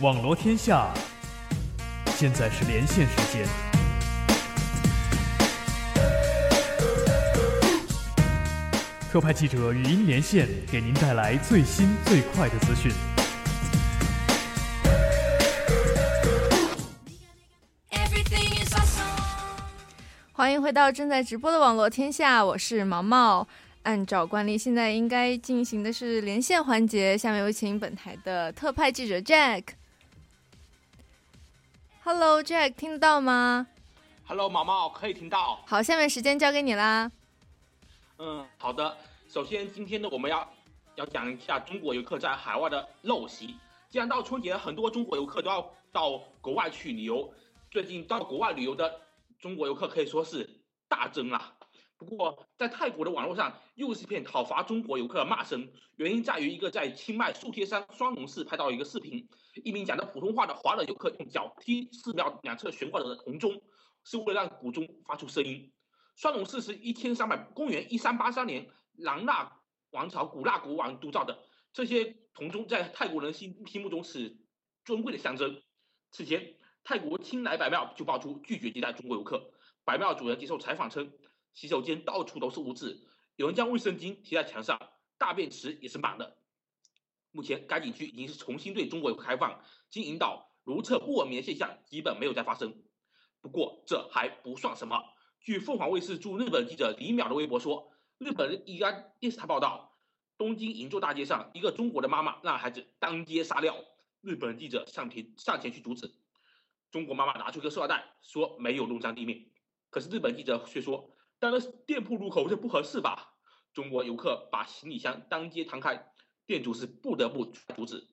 网罗天下，现在是连线时间。特派记者语音连线，给您带来最新最快的资讯。 everything is awesome. 欢迎回到正在直播的网络天下，我是毛毛。按照惯例，现在应该进行的是连线环节，下面有请本台的特派记者 Jack。Hello，Jack，听得到吗？ Hello，毛毛可以听到。好，下面时间交给你啦。嗯，好的。首先，今天呢，我们要要讲一下中国游客在海外的陋习。既然到春节，很多中国游客都要到国外去旅游。最近到国外旅游的中国游客可以说是大增啦。不过，在泰国的网络上又是一片讨伐中国游客的骂声，原因在于一个在清迈素贴山双龙寺拍到一个视频，一名讲着普通话的华人游客用脚踢寺庙两侧悬挂的红钟，是为了让古钟发出声音。双龙寺是一千三百公元一三八三年琅纳王朝古纳国王督造的，这些铜钟在泰国人心心目中是尊贵的象征。此前，泰国清莱百庙就爆出拒绝接待中国游客，百庙主人接受采访称，洗手间到处都是污渍，有人将卫生巾贴在墙上，大便池也是满的。目前，该景区已经是重新对中国游客开放，经引导如厕不文明的现象基本没有再发生。不过这还不算什么。据凤凰卫视驻日本记者李淼的微博说，日本一家电视台报道，东京银座大街上，一个中国的妈妈让孩子当街撒尿，日本记者上前上前去阻止，中国妈妈拿出一个塑料袋说没有弄脏地面，可是日本记者却说，当着店铺入口这不合适吧？中国游客把行李箱当街摊开，店主是不得不阻止。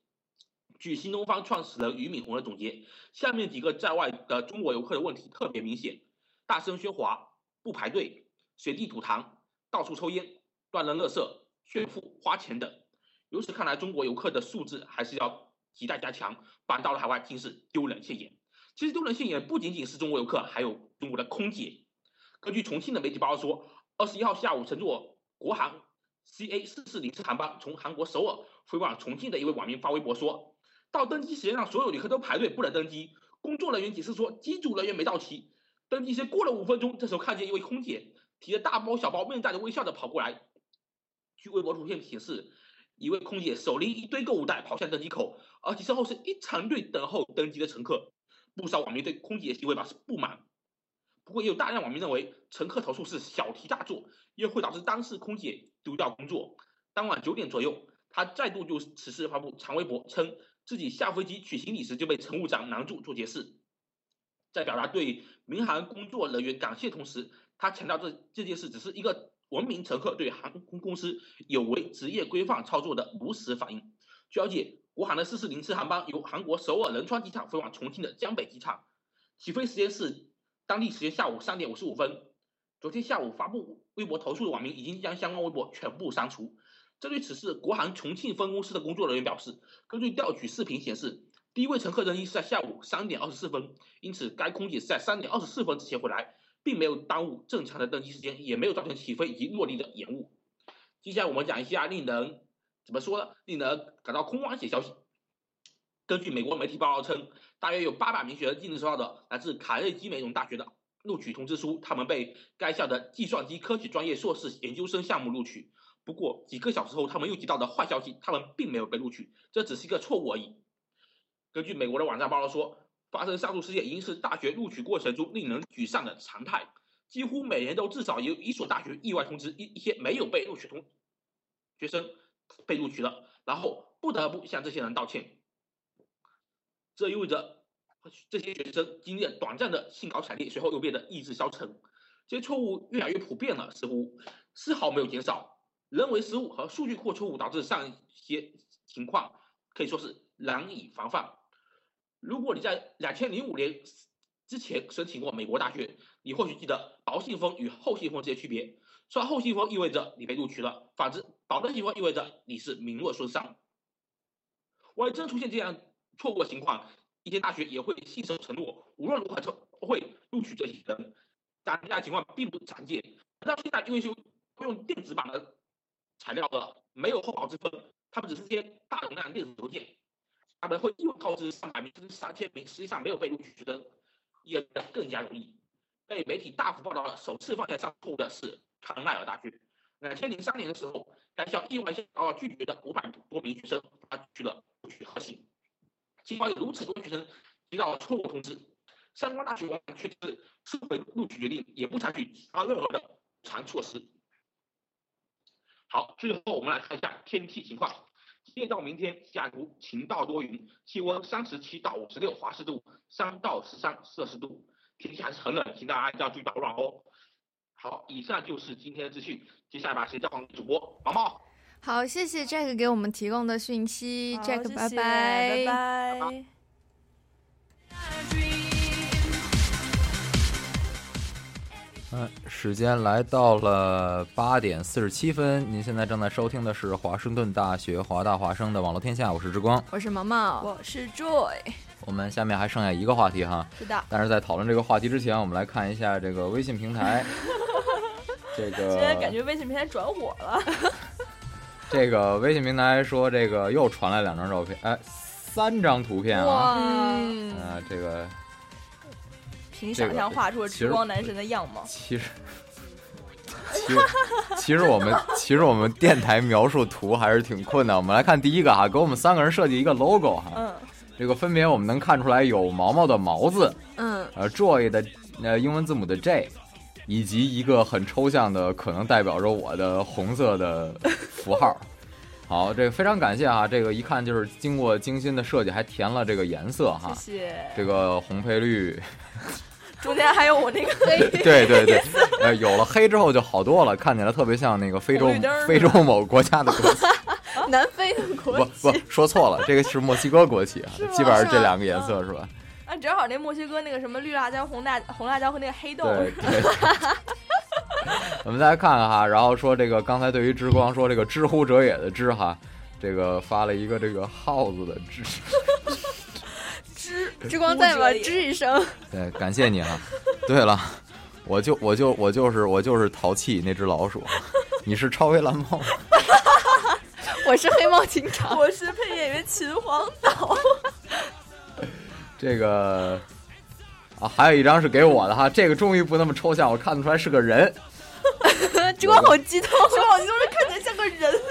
据新东方创始人俞敏洪的总结，下面几个在外的中国游客的问题特别明显：大声喧哗、不排队、随地吐痰、到处抽烟、乱扔垃圾、炫富、花钱等。由此看来，中国游客的素质还是要亟待加强，不然到了海外竟是丢人现眼。其实丢人现眼不仅仅是中国游客，还有中国的空姐。根据重庆的媒体报道说，二十一号下午乘坐国航 CA 四四零次航班从韩国首尔飞往重庆的一位网民发微博说，到登机时间让所有旅客都排队，不能登机。工作人员解释说，机组人员没到齐。登机时过了五分钟，这时候看见一位空姐提着大包小包，面带着微笑的跑过来。据微博图片显示，一位空姐手拎一堆购物袋跑向登机口，而其身后是一长队等候登机的乘客。不少网民对空姐的行为表示不满，不过也有大量网民认为乘客投诉是小题大做，也会导致当事空姐丢掉工作。当晚九点左右，她再度就此事发布长微博，称自己下飞机取行李时就被乘务长拦住做解释。在表达对民航工作人员感谢同时，他强调这这件事只是一个文明乘客对航空公司有违职业规范操作的如实反应。据了解，国航的440次航班由韩国首尔仁川机场飞往重庆的江北机场，起飞时间是当地时间下午3点55分。昨天下午发布微博投诉的网民已经将相关微博全部删除。针对此事，国航重庆分公司的工作人员表示，根据调取视频显示，第一位乘客人一是在下午三点二十四分，因此该空姐是在三点二十四分之前回来，并没有耽误正常的登机时间，也没有造成起飞以及落地的延误。接下来我们讲一下令人怎么说呢？令人感到空欢喜的消息。根据美国媒体报道称，大约有八百名学生近日收到的来自卡内基梅隆大学的录取通知书，他们被该校的计算机科学专业硕士研究生项目录取。不过几个小时后，他们又接到的坏消息，他们并没有被录取，这只是一个错误而已。根据美国的网站报道说，发生上述事件已经是大学录取过程中令人沮丧的常态，几乎每年都至少有一所大学意外通知一一些没有被录取同学生被录取了，然后不得不向这些人道歉。这意味着这些学生经历了短暂的兴高采烈，随后又变得意志消沉。这些错误越来越普遍了，似乎丝毫没有减少。人为失误和数据库错误导致上一些情况可以说是难以防范。如果你在两千零五年之前申请过美国大学，你或许记得薄信封与厚信封这些区别。刷厚信封意味着你被录取了，反之薄的信封意味着你是名落孙山。万一真出现这样错误的情况，一些大学也会信守承诺，无论如何都会录取这些人。但这样情况并不常见。到现在，因为是用电子版的材料的，没有厚薄之分，他们只是些大容量电子邮件，他们会意外告知上百名甚至上千名实际上没有被录取学生，也更加容易。被媒体大幅报道的首次放下上错误的是康奈尔大学。两千零三年的时候，该校意外向拒绝的五百多名学生发去了录取核心。尽管有如此多学生接到错误通知，相关大学往往却是撤回录取决定，也不采取其他任何的补偿措施。好，最后我们来看一下天气情况。今天到明天，西雅图晴到多云，气温三十七到五十六华氏度，三到十三摄氏度，天气还是很冷，请大家要注意保暖哦。好，以上就是今天的资讯，接下来把时间交还给主播毛毛。好，谢谢 Jack 给我们提供的讯息好，Jack 谢拜谢拜拜拜。嗯，时间来到了八点四十七分，您现在正在收听的是华盛顿大学华大华生的网络天下，我是之光。我是毛毛，我是 Joy，我们下面还剩下一个话题哈，是的但是在讨论这个话题之前，我们来看一下这个微信 平台，这现在感个觉微信平台转火了，这个微信平台说这个又传来两张照片，哎，三张图片啊，嗯呃，这个凭这想个象画出了其直实光男神的样貌。其实。其实，其实我们其实我们电台描述图还是挺困难。我们来看第一个哈，给我们三个人设计一个 logo 哈。嗯这个分别我们能看出来有毛毛的毛字，嗯，呃，joy 的呃英文字母的 J，以及一个很抽象的可能代表着我的红色的符号。好，这个非常感谢啊，这个一看就是经过精心的设计，还填了这个颜色哈。谢谢。这个红配绿，，中间还有我那个黑 对对对，呃，有了黑之后就好多了，看起来特别像那个非洲红绿灯儿非洲某国家的 国旗，南非的国不不说错了，这个是墨西哥国旗啊是，吗基本上这两个颜色是吧？啊，正好那墨西哥那个什么绿辣椒、红辣红辣椒和那个黑豆，对对。 我们再来看看哈，然后说这个刚才对于之光说这个“知乎者也”的“知”哈，这个发了一个这个耗子的“知 之之光在吗？吱一声，”，对，感谢你哈。对了，我就我就我就是我就是淘气那只老鼠， 你是超威蓝猫，我是黑猫警长，我是配演员秦皇 岛。这个啊，还有一张是给我的哈，这个终于不那么抽象，我看得出来是个人。之光好激动，之光好激动，这看起来像个人。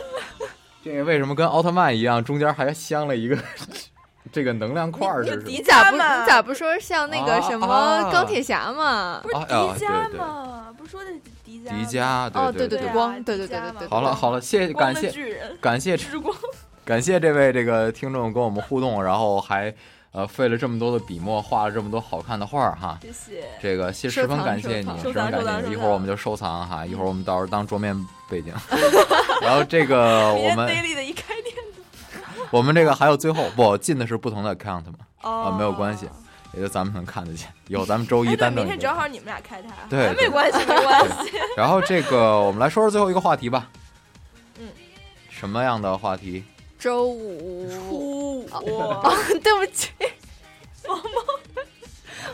这个为什么跟奥特曼一样，中间还镶了一个 这个能量块儿似的？你咋不你咋不说像那个什么啊钢铁侠嘛？不是哎呀迪迦对对吗？啊不是说的是迪迦吗？迪迦，哦，对对对对，啊光，对对迪对迦对嘛对。好了好了，谢谢光感的谢巨人感谢之光， 感谢这位这个听众跟我们互动，然后还呃费了这么多的笔墨，画了这么多好看的画儿哈。谢谢。这个谢收十分藏感收谢你藏，十收分藏感收谢藏你，一收会儿我藏们就收藏哈，一会儿我们到时候当桌面背 景。 然后这个明我天们 daily 的一开店的我们这个还有最后不进的是不同的 account 嘛？哦哎啊，没有关系，也就咱们能看得见。以后咱们周一啊单明整天一正个。好你们俩开台，对哎对没关系，没关系。然后这个我们来说说最后一个话题吧。嗯，什么样的话题？ 周五，初五，哦， 对不起，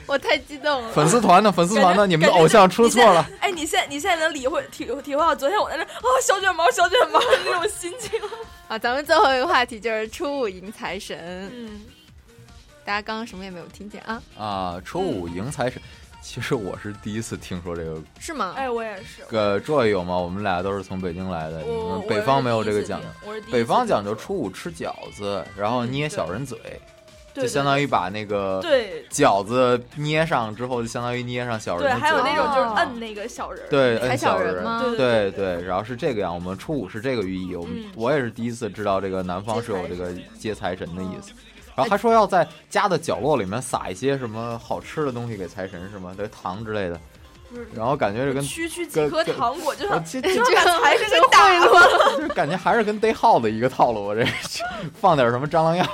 我太激动了。粉丝团呢？粉丝团呢？你们的偶像出错了。哎，你现在你现在能理会体体会到昨天我在那啊、小卷毛小卷毛那种心情。啊，咱们最后一个话题就是初五迎财神。嗯，大家刚刚什么也没有听见啊？ 啊，周五迎财神，其实我是第一次听说这个。是吗？哎，我也是。呃，Joy 有吗？我们俩都是从北京来的，你我们北方没有这个讲究我是第一次听我是第一次听嗯北方讲究初五吃饺子，然后捏小人嘴，对就相当于把那个对饺子捏上之后，就相当于捏上小人对，的还有嘴那种哦就是摁那个小人儿，对，摁对人，对对，然后是这个样。我们初五是这个寓意，我们嗯我也是第一次知道这个南方是有这个接财神的意思。嗯哎然后还说要在家的角落里面撒一些什么好吃的东西给财神，是吗？这糖之类的。不是然后感觉是跟区区几跟颗跟糖果就我想这 就这 想把 财神给打就了。是感觉还是跟逮耗子一个套路。我这放点什么蟑螂药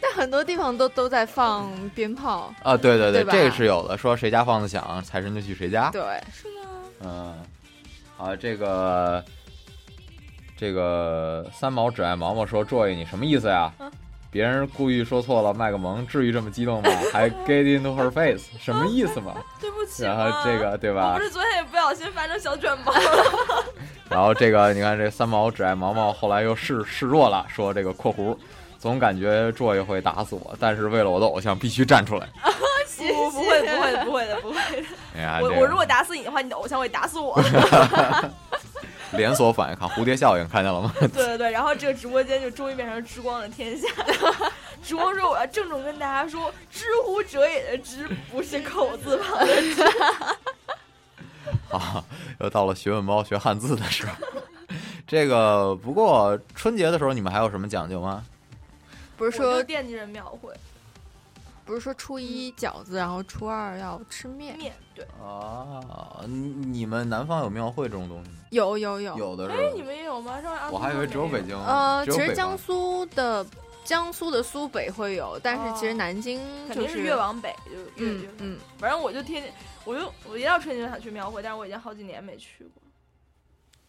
但很多地方都都在放鞭炮，啊？对对对吧这个是有的。啊说谁家放的响，财神就去谁家。对，嗯，啊，这个这个三毛只爱毛毛说：“Joy，你什么意思呀？嗯别人故意说错了，卖个萌，至于这么激动吗？还 get into her face，什么意 思嘛？对不起然嘛，后这个对我吧不？是昨天也不小心翻成小卷毛 了。 然后这个你看，这三毛只爱毛毛后来又示示弱了，说这个括弧，总感觉 Joy 会打死我，但是为了我的偶像必须站出来。不不不会不会不会的不会的。 哎呀，我这我个如果打死你的话，你的偶像会打死 我。连锁反应，看蝴蝶效应，看见了吗？对对对，然后这个直播间就终于变成之光的天下。直光说：“我要郑重跟大家说，知乎者也的知，不是口字旁的知。啊，又到了学问猫学汉字的时候。 这个不过春节的时候你们还有什么讲究吗？ 不是我说就惦记着庙会不是说初一饺子，然后初二要吃面，面对，啊，你你们南方有庙会这种东西吗？有有有有的是吧哎，你们也有吗？上面我还以为只有北京，呃，只其有实北方江苏的江苏的苏北会有，但是其实南京哦嗯肯就定是越往北就越嗯越。嗯，反正我就天天，我就我一到春节就想去庙会，但是我已经好几年没去过。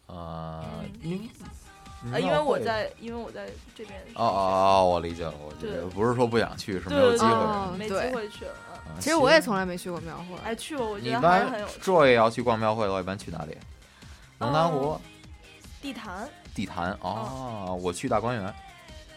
啊，因呃，因为我在，因为我在这边。嗯哦哦哦，我理解了，我理解了，对不是说不想去，是没对有对机对会哦的。没机对会去了。嗯啊其实我也从来没去过庙会，哎，去过，我你觉一得还是般很有趣 Joy 要去逛庙会的话，一般去哪里？龙潭哦湖、地坛地坛哦，我去大观园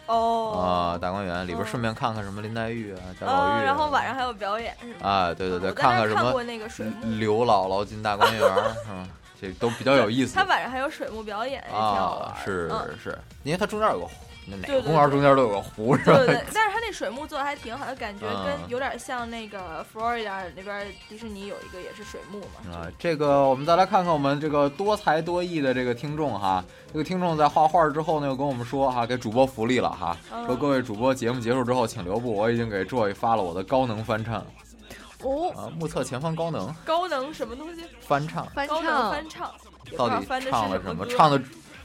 哦啊，大观园里边嗯顺便看看什么林黛玉啊、贾宝玉嗯，啊，然后晚上还有表演是吧？啊，对对对，我在那儿看什看么嗯过那个水幕刘姥姥进大观 园儿，嗯，这都比较有嗯意思他晚上还有水幕表演，也挺好玩啊儿。。是嗯是，因为它中间有个湖，那哪对个对公对园中间都有个湖是对吧对？ 对，但是他那水幕做的还挺好的，感觉嗯跟有点像那个 Florida 那边迪士尼有一个也是水幕嘛。啊，这个我们再来看看我们这个多才多艺的这个听众哈，这个听众在画画之后呢，又跟我们说哈，给主播福利了哈，嗯说各位主播节目结束之后请留步，我已经给 Joy 发了我的高能翻唱哦，啊，目测前方高能高能什么东西？翻唱，翻高唱能翻唱，也不到知道底翻的唱了是什么么？歌？唱的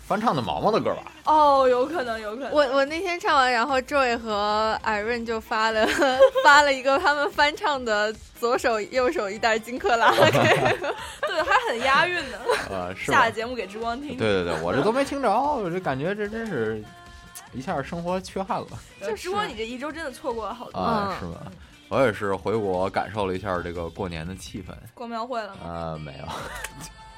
翻唱的毛毛的歌吧？哦， 有可能，有可能。我我那天唱完，然后 Joy 和 Irene 就发了 发了一个他们翻唱的《左手右手一袋金克拉》给我，对，还很押韵呢。呃，是吗下？节目给之光听。对对对，我这都没听着，我这感觉这真是一下生活缺憾了就之光，你这一周真的错过了好多。啊，是吗？我也是回国感受了一下这个过年的气氛逛庙会了吗？啊，没有，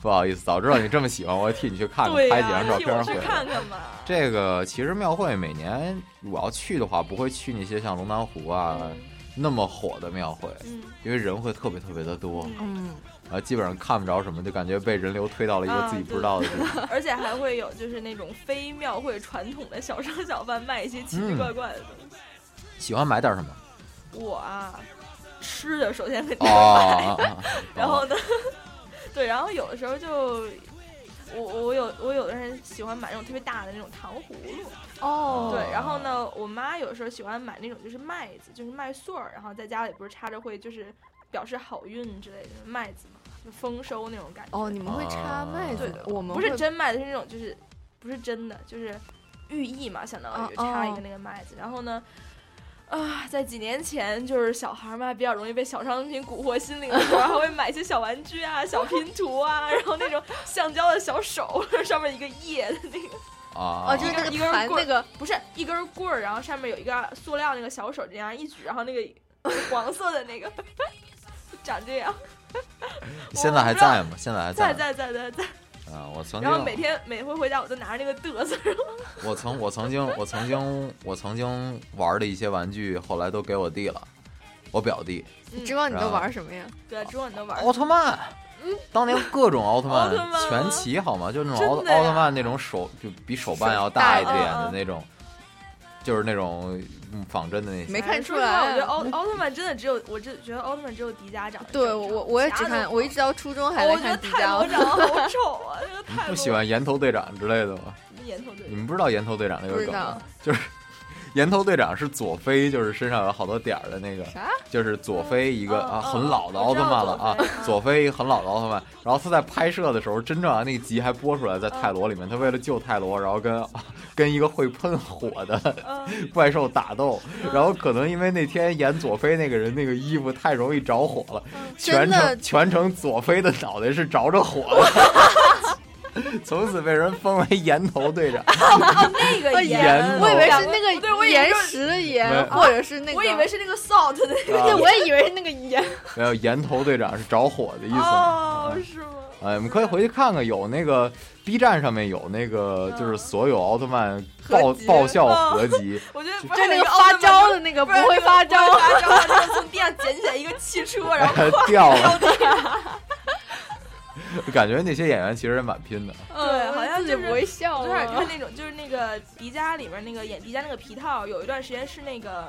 不好意思，早知道你这么喜欢，我替你去看看，对拍几张呀，照啊替我片去回看来。看吧。这个其实庙会每年我要去的话，不会去那些像龙潭湖啊那么火的庙会，嗯因为人会特别特别的多，嗯，啊，基本上看不着什么，就感觉被人流推到了一个自己不知道的地方。啊对而且还会有就是那种非庙会传统的小商小贩卖一些奇奇怪怪的东西。喜欢买点什么？我啊，吃的首先肯定哦会买，然后呢， 对，然后有的时候就。我我有我有的人喜欢买那种特别大的那种糖葫芦哦对，然后呢，我妈有时候喜欢买那种就是麦子，就是麦穗儿，然后在家里不是插着会就是表示好运之类的麦子嘛，就丰收那种感觉。哦，你们会插麦对子的，，我们不是会真麦子，是那种就是不是真的，就是寓意嘛，相当哦于哦插一个那个麦子。然后呢，啊，在几年前就是小孩嘛比较容易被小商品蛊惑心灵的时候，还会买一些小玩具啊、小拼图啊，然后那种橡胶的小手，上面一个叶的那个。啊，一根一根盘棍儿哦那个不是一根棍儿，然后上面有一个塑料那个小手，这样一举，然后那个黄色的那个 长这样，现在还在吗？现在还在在在在在在，啊，我曾经然后每 天每回回家我都拿着那个嘚瑟，然后我曾我曾经我曾经我曾经玩的一些玩具，后来都给我弟了，我表弟。 你知道你都玩什么呀？对，知道你都玩奥特曼。当年各种奥特奥曼特曼全齐好吗？就那种奥真的呀奥特曼那种手，就比手办要大一点手的大那种，就是那种嗯仿真的那些。没看出说实话我来啊觉得奥奥特曼真的只有，我就觉得奥特曼只有迪迦长得对我我也只其他看，都哦我一直到初中还在我觉得看迪太迦多奥长得特好丑啊，这个你太不多喜欢岩头队长之类的吗？岩头队你们不知道岩头队长那不 个知梗吗道？就是岩头队长是佐菲，就是身上有好多点儿的那个，啥？哦就是佐菲一个啊很老的奥我特知道曼了啊，佐菲很老的奥特曼。然后他在拍摄的时候，真正啊那个集还播出来，在泰罗里面，他为了救泰罗，然后跟 跟一个会喷火的哦 怪兽打斗，然后可能因为那天演佐菲那个人那个衣服太容易着火了，全哦真的程全程佐菲的脑袋是着着火的。 从此被人封为岩头队长，啊那个曼，岩头哦我以为是 那对个我以为岩是石的没岩，有或者是那个，我以为是那个 salt 的那啊个，对，我也以为是那个 岩。没有呃岩头队长是着火的意思吗？哦，是吗？呃，你们可以回去看看，有那个 B 站上面有那个，就是所有奥特曼爆合集爆笑合集，我觉得不 就那个个发招的那个不会发招，发招，然后从地上捡起来一个汽车，然后 掉了。感觉那些演员其实也蛮拼的， 对，好像自己就是不会笑有点就是了。那种，就是那个迪迦里边那个演迪迦那个皮套，有一段时间是那个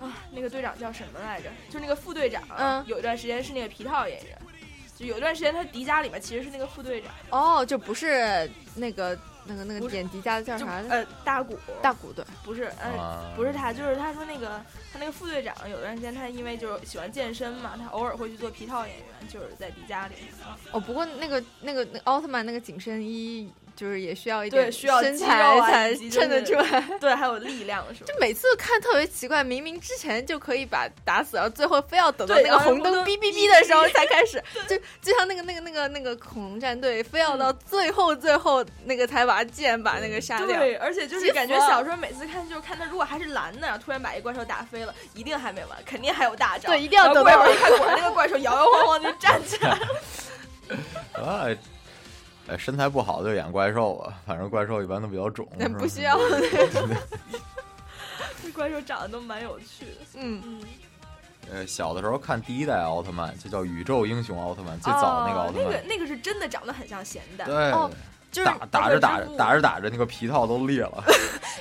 啊，那个队长叫什么来着？就是那个副队长，嗯有一段时间是那个皮套演员，就有一段时间他迪迦里面其实是那个副队长，哦，就不是那个那个那不个是演迪迦的叫就啥的？呃大古大古对，不是呃、啊不是他，就是他说那个他那个副队长有段时间他因为就是喜欢健身嘛，他偶尔会去做皮套演员，就是在迪迦里面。哦，不过那个那个那个奥特曼那个紧身衣，就是也需要一对点需要身肌材肉啊才以及就衬得是出来。对，还有力量是吧？就每次看特别奇怪，明明之前就可以把打死，然后最后非要等到对那然个后红灯红灯哔哔哔的时候才开 始，就就像那个那个那个那个恐龙战队，非要嗯到最后最后那个才把剑把那个杀掉。对，而且就急是死感觉了小时候每次看，就是看他如果还是蓝的，然后突然把一怪兽打飞了，一定还没完，肯定还有大招。对一定要然后等过一到会儿一看，果然那个怪兽摇摇晃晃就站起 来了。 啊，呃，身材不好就演怪兽吧，反正怪兽一般都比较肿，是吧不需要。 那怪兽长得都蛮有趣的。嗯，呃，小的时候看第一代奥特曼，就叫宇宙英雄奥特曼，最早那个奥哦特那曼个，那个是真的长得很像咸蛋。对，就是打打着打着打着打着，那个皮套都裂了。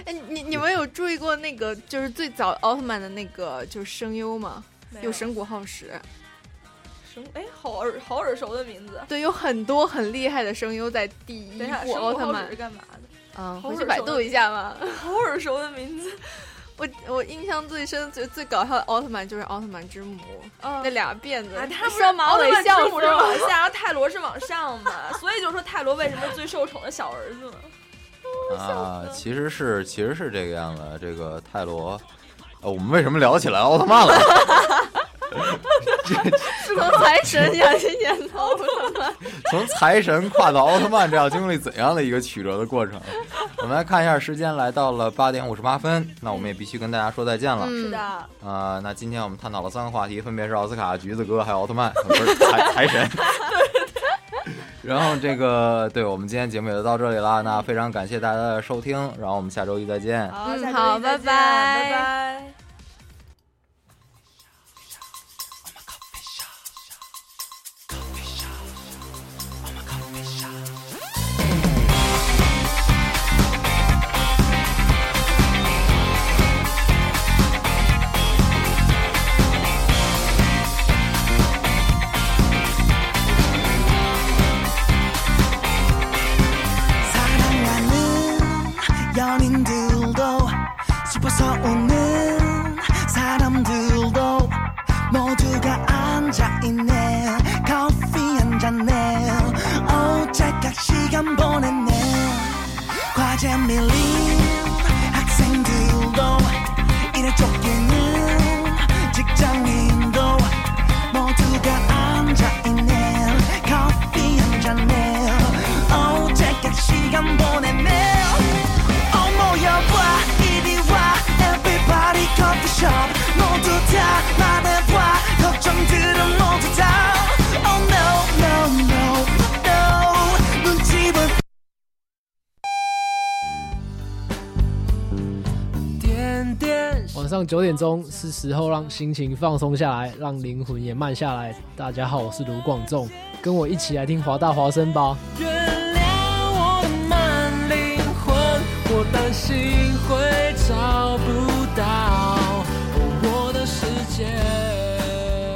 哎，你你们有注意过那个就是最早奥特曼的那个就是声优吗？没有有神谷浩史，什么？哎，好耳好耳熟的名字。对，有很多很厉害的声优在第一等一下，部神奥武特后曼是。干嘛的？嗯，好回去耳百熟度的一下吧。好耳熟的名字。 我我印象最深、最最搞笑的奥特曼就是奥特曼之母、哦那俩辫子，啊，他不是双马尾校服服是往下，然后泰罗是往上嘛，所以就说泰罗为什么是最受宠的小儿子嘛。啊，其实是其实是这个样子。这个泰罗，呃，我们为什么聊起来奥特曼了？ 从财神养成演的奥特 曼。 从财神跨到奥特曼，这要经历怎样的一个曲折的过程？我们来看一下，时间来到了八点五十八分，那我们也必须跟大家说再见了。嗯是的，啊、那今天我们探讨了三个话题，分别是奥斯卡、橘子哥还有奥特曼，不是财财神。 然后这个，对我们今天节目也就到这里啦。那非常感谢大家的收听，然后我们下周一再见。好，嗯下周好一拜再见拜拜拜。 사랑하는 연인들도 싶어서 오는 사람들도 모두가 앉아있네 커피 한잔에 어제까 시간 보냈네 과제 밀린 학생들도 일에 쫓기는 직장인도 모두가 앉아있네 커피 한잔에 어제까 시간 보냈네 어모여봐 이리와 everybody 커피숍 모두 다 말해봐 걱정들은 모두 다 上九点钟是时候让心情放松下来，让灵魂也慢下来。大家好，我是卢广仲，跟我一起来听华大华声吧。原谅我的慢灵魂，我担心会找不到。